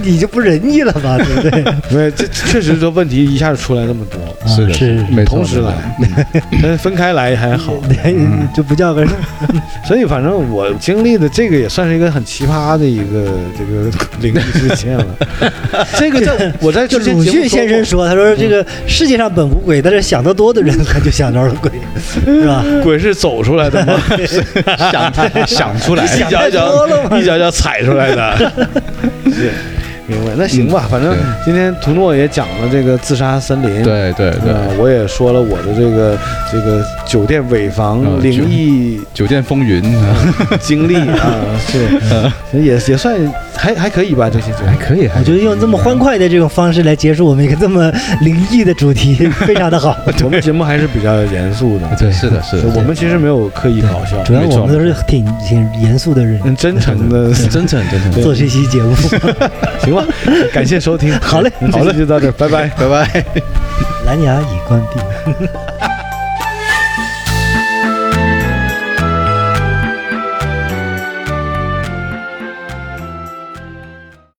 [SPEAKER 3] 你就不仁义了吧？对不对？
[SPEAKER 1] 因为这确实这问题一下就出来那么多，
[SPEAKER 2] 是
[SPEAKER 3] 是
[SPEAKER 2] 没错嗯
[SPEAKER 1] 同时来， *laughs* 但是分开来还好。
[SPEAKER 3] 就不叫个事儿。
[SPEAKER 1] 所以反正我经历的这个也算是一个很奇葩的一个这
[SPEAKER 3] *laughs*
[SPEAKER 1] 个灵异事件了。这个在我在
[SPEAKER 3] 就
[SPEAKER 1] 之前
[SPEAKER 3] 鲁
[SPEAKER 1] 节目嗯
[SPEAKER 3] 迅先生说，他说这个世界上本无鬼，但是想得多的人他就想到
[SPEAKER 1] *laughs*
[SPEAKER 3] 了鬼，是吧？
[SPEAKER 1] 说过鬼是走出来的
[SPEAKER 3] *laughs*
[SPEAKER 1] 吗？
[SPEAKER 2] 想想出来，
[SPEAKER 1] 一
[SPEAKER 3] 想
[SPEAKER 1] 脚
[SPEAKER 3] 太
[SPEAKER 1] 一
[SPEAKER 3] 多了
[SPEAKER 1] 脚
[SPEAKER 3] 嘛
[SPEAKER 1] 一脚一脚踩出来
[SPEAKER 3] *laughs*
[SPEAKER 1] 的。是，明白。那行
[SPEAKER 3] 嗯
[SPEAKER 1] 吧，反正
[SPEAKER 2] 对
[SPEAKER 1] 今天图诺也讲了这个自杀森林。
[SPEAKER 2] 对对
[SPEAKER 1] 呃
[SPEAKER 2] 对，
[SPEAKER 1] 我也说了我的这个这个酒店尾
[SPEAKER 2] 嗯
[SPEAKER 3] 啊
[SPEAKER 1] 房灵异
[SPEAKER 2] 酒店风云
[SPEAKER 1] 经
[SPEAKER 3] *laughs*
[SPEAKER 1] 历啊，是，
[SPEAKER 3] 嗯
[SPEAKER 1] 所以也也算还还可以吧，这些节目
[SPEAKER 2] 还。可以，还
[SPEAKER 3] 我觉得用这么欢快的这种方式来结束我们一个这么灵异的主题，非常的
[SPEAKER 1] *laughs*
[SPEAKER 3] 好。
[SPEAKER 1] 我们节目还是比较严肃的，
[SPEAKER 2] 对是的是
[SPEAKER 1] 就
[SPEAKER 2] 的，
[SPEAKER 1] 我们其实没有刻意搞笑，
[SPEAKER 3] 主要
[SPEAKER 1] 没错
[SPEAKER 3] 我们都是挺挺严肃的人，
[SPEAKER 1] 很嗯真诚
[SPEAKER 2] *laughs*
[SPEAKER 1] 的。
[SPEAKER 2] 真诚真诚，
[SPEAKER 3] 做这期节目， *laughs*
[SPEAKER 1] 行吧，感 *laughs* 谢收听，
[SPEAKER 3] 好嘞
[SPEAKER 1] 好嘞，就到这儿，拜拜。
[SPEAKER 2] 拜拜。
[SPEAKER 3] 蓝牙已关闭。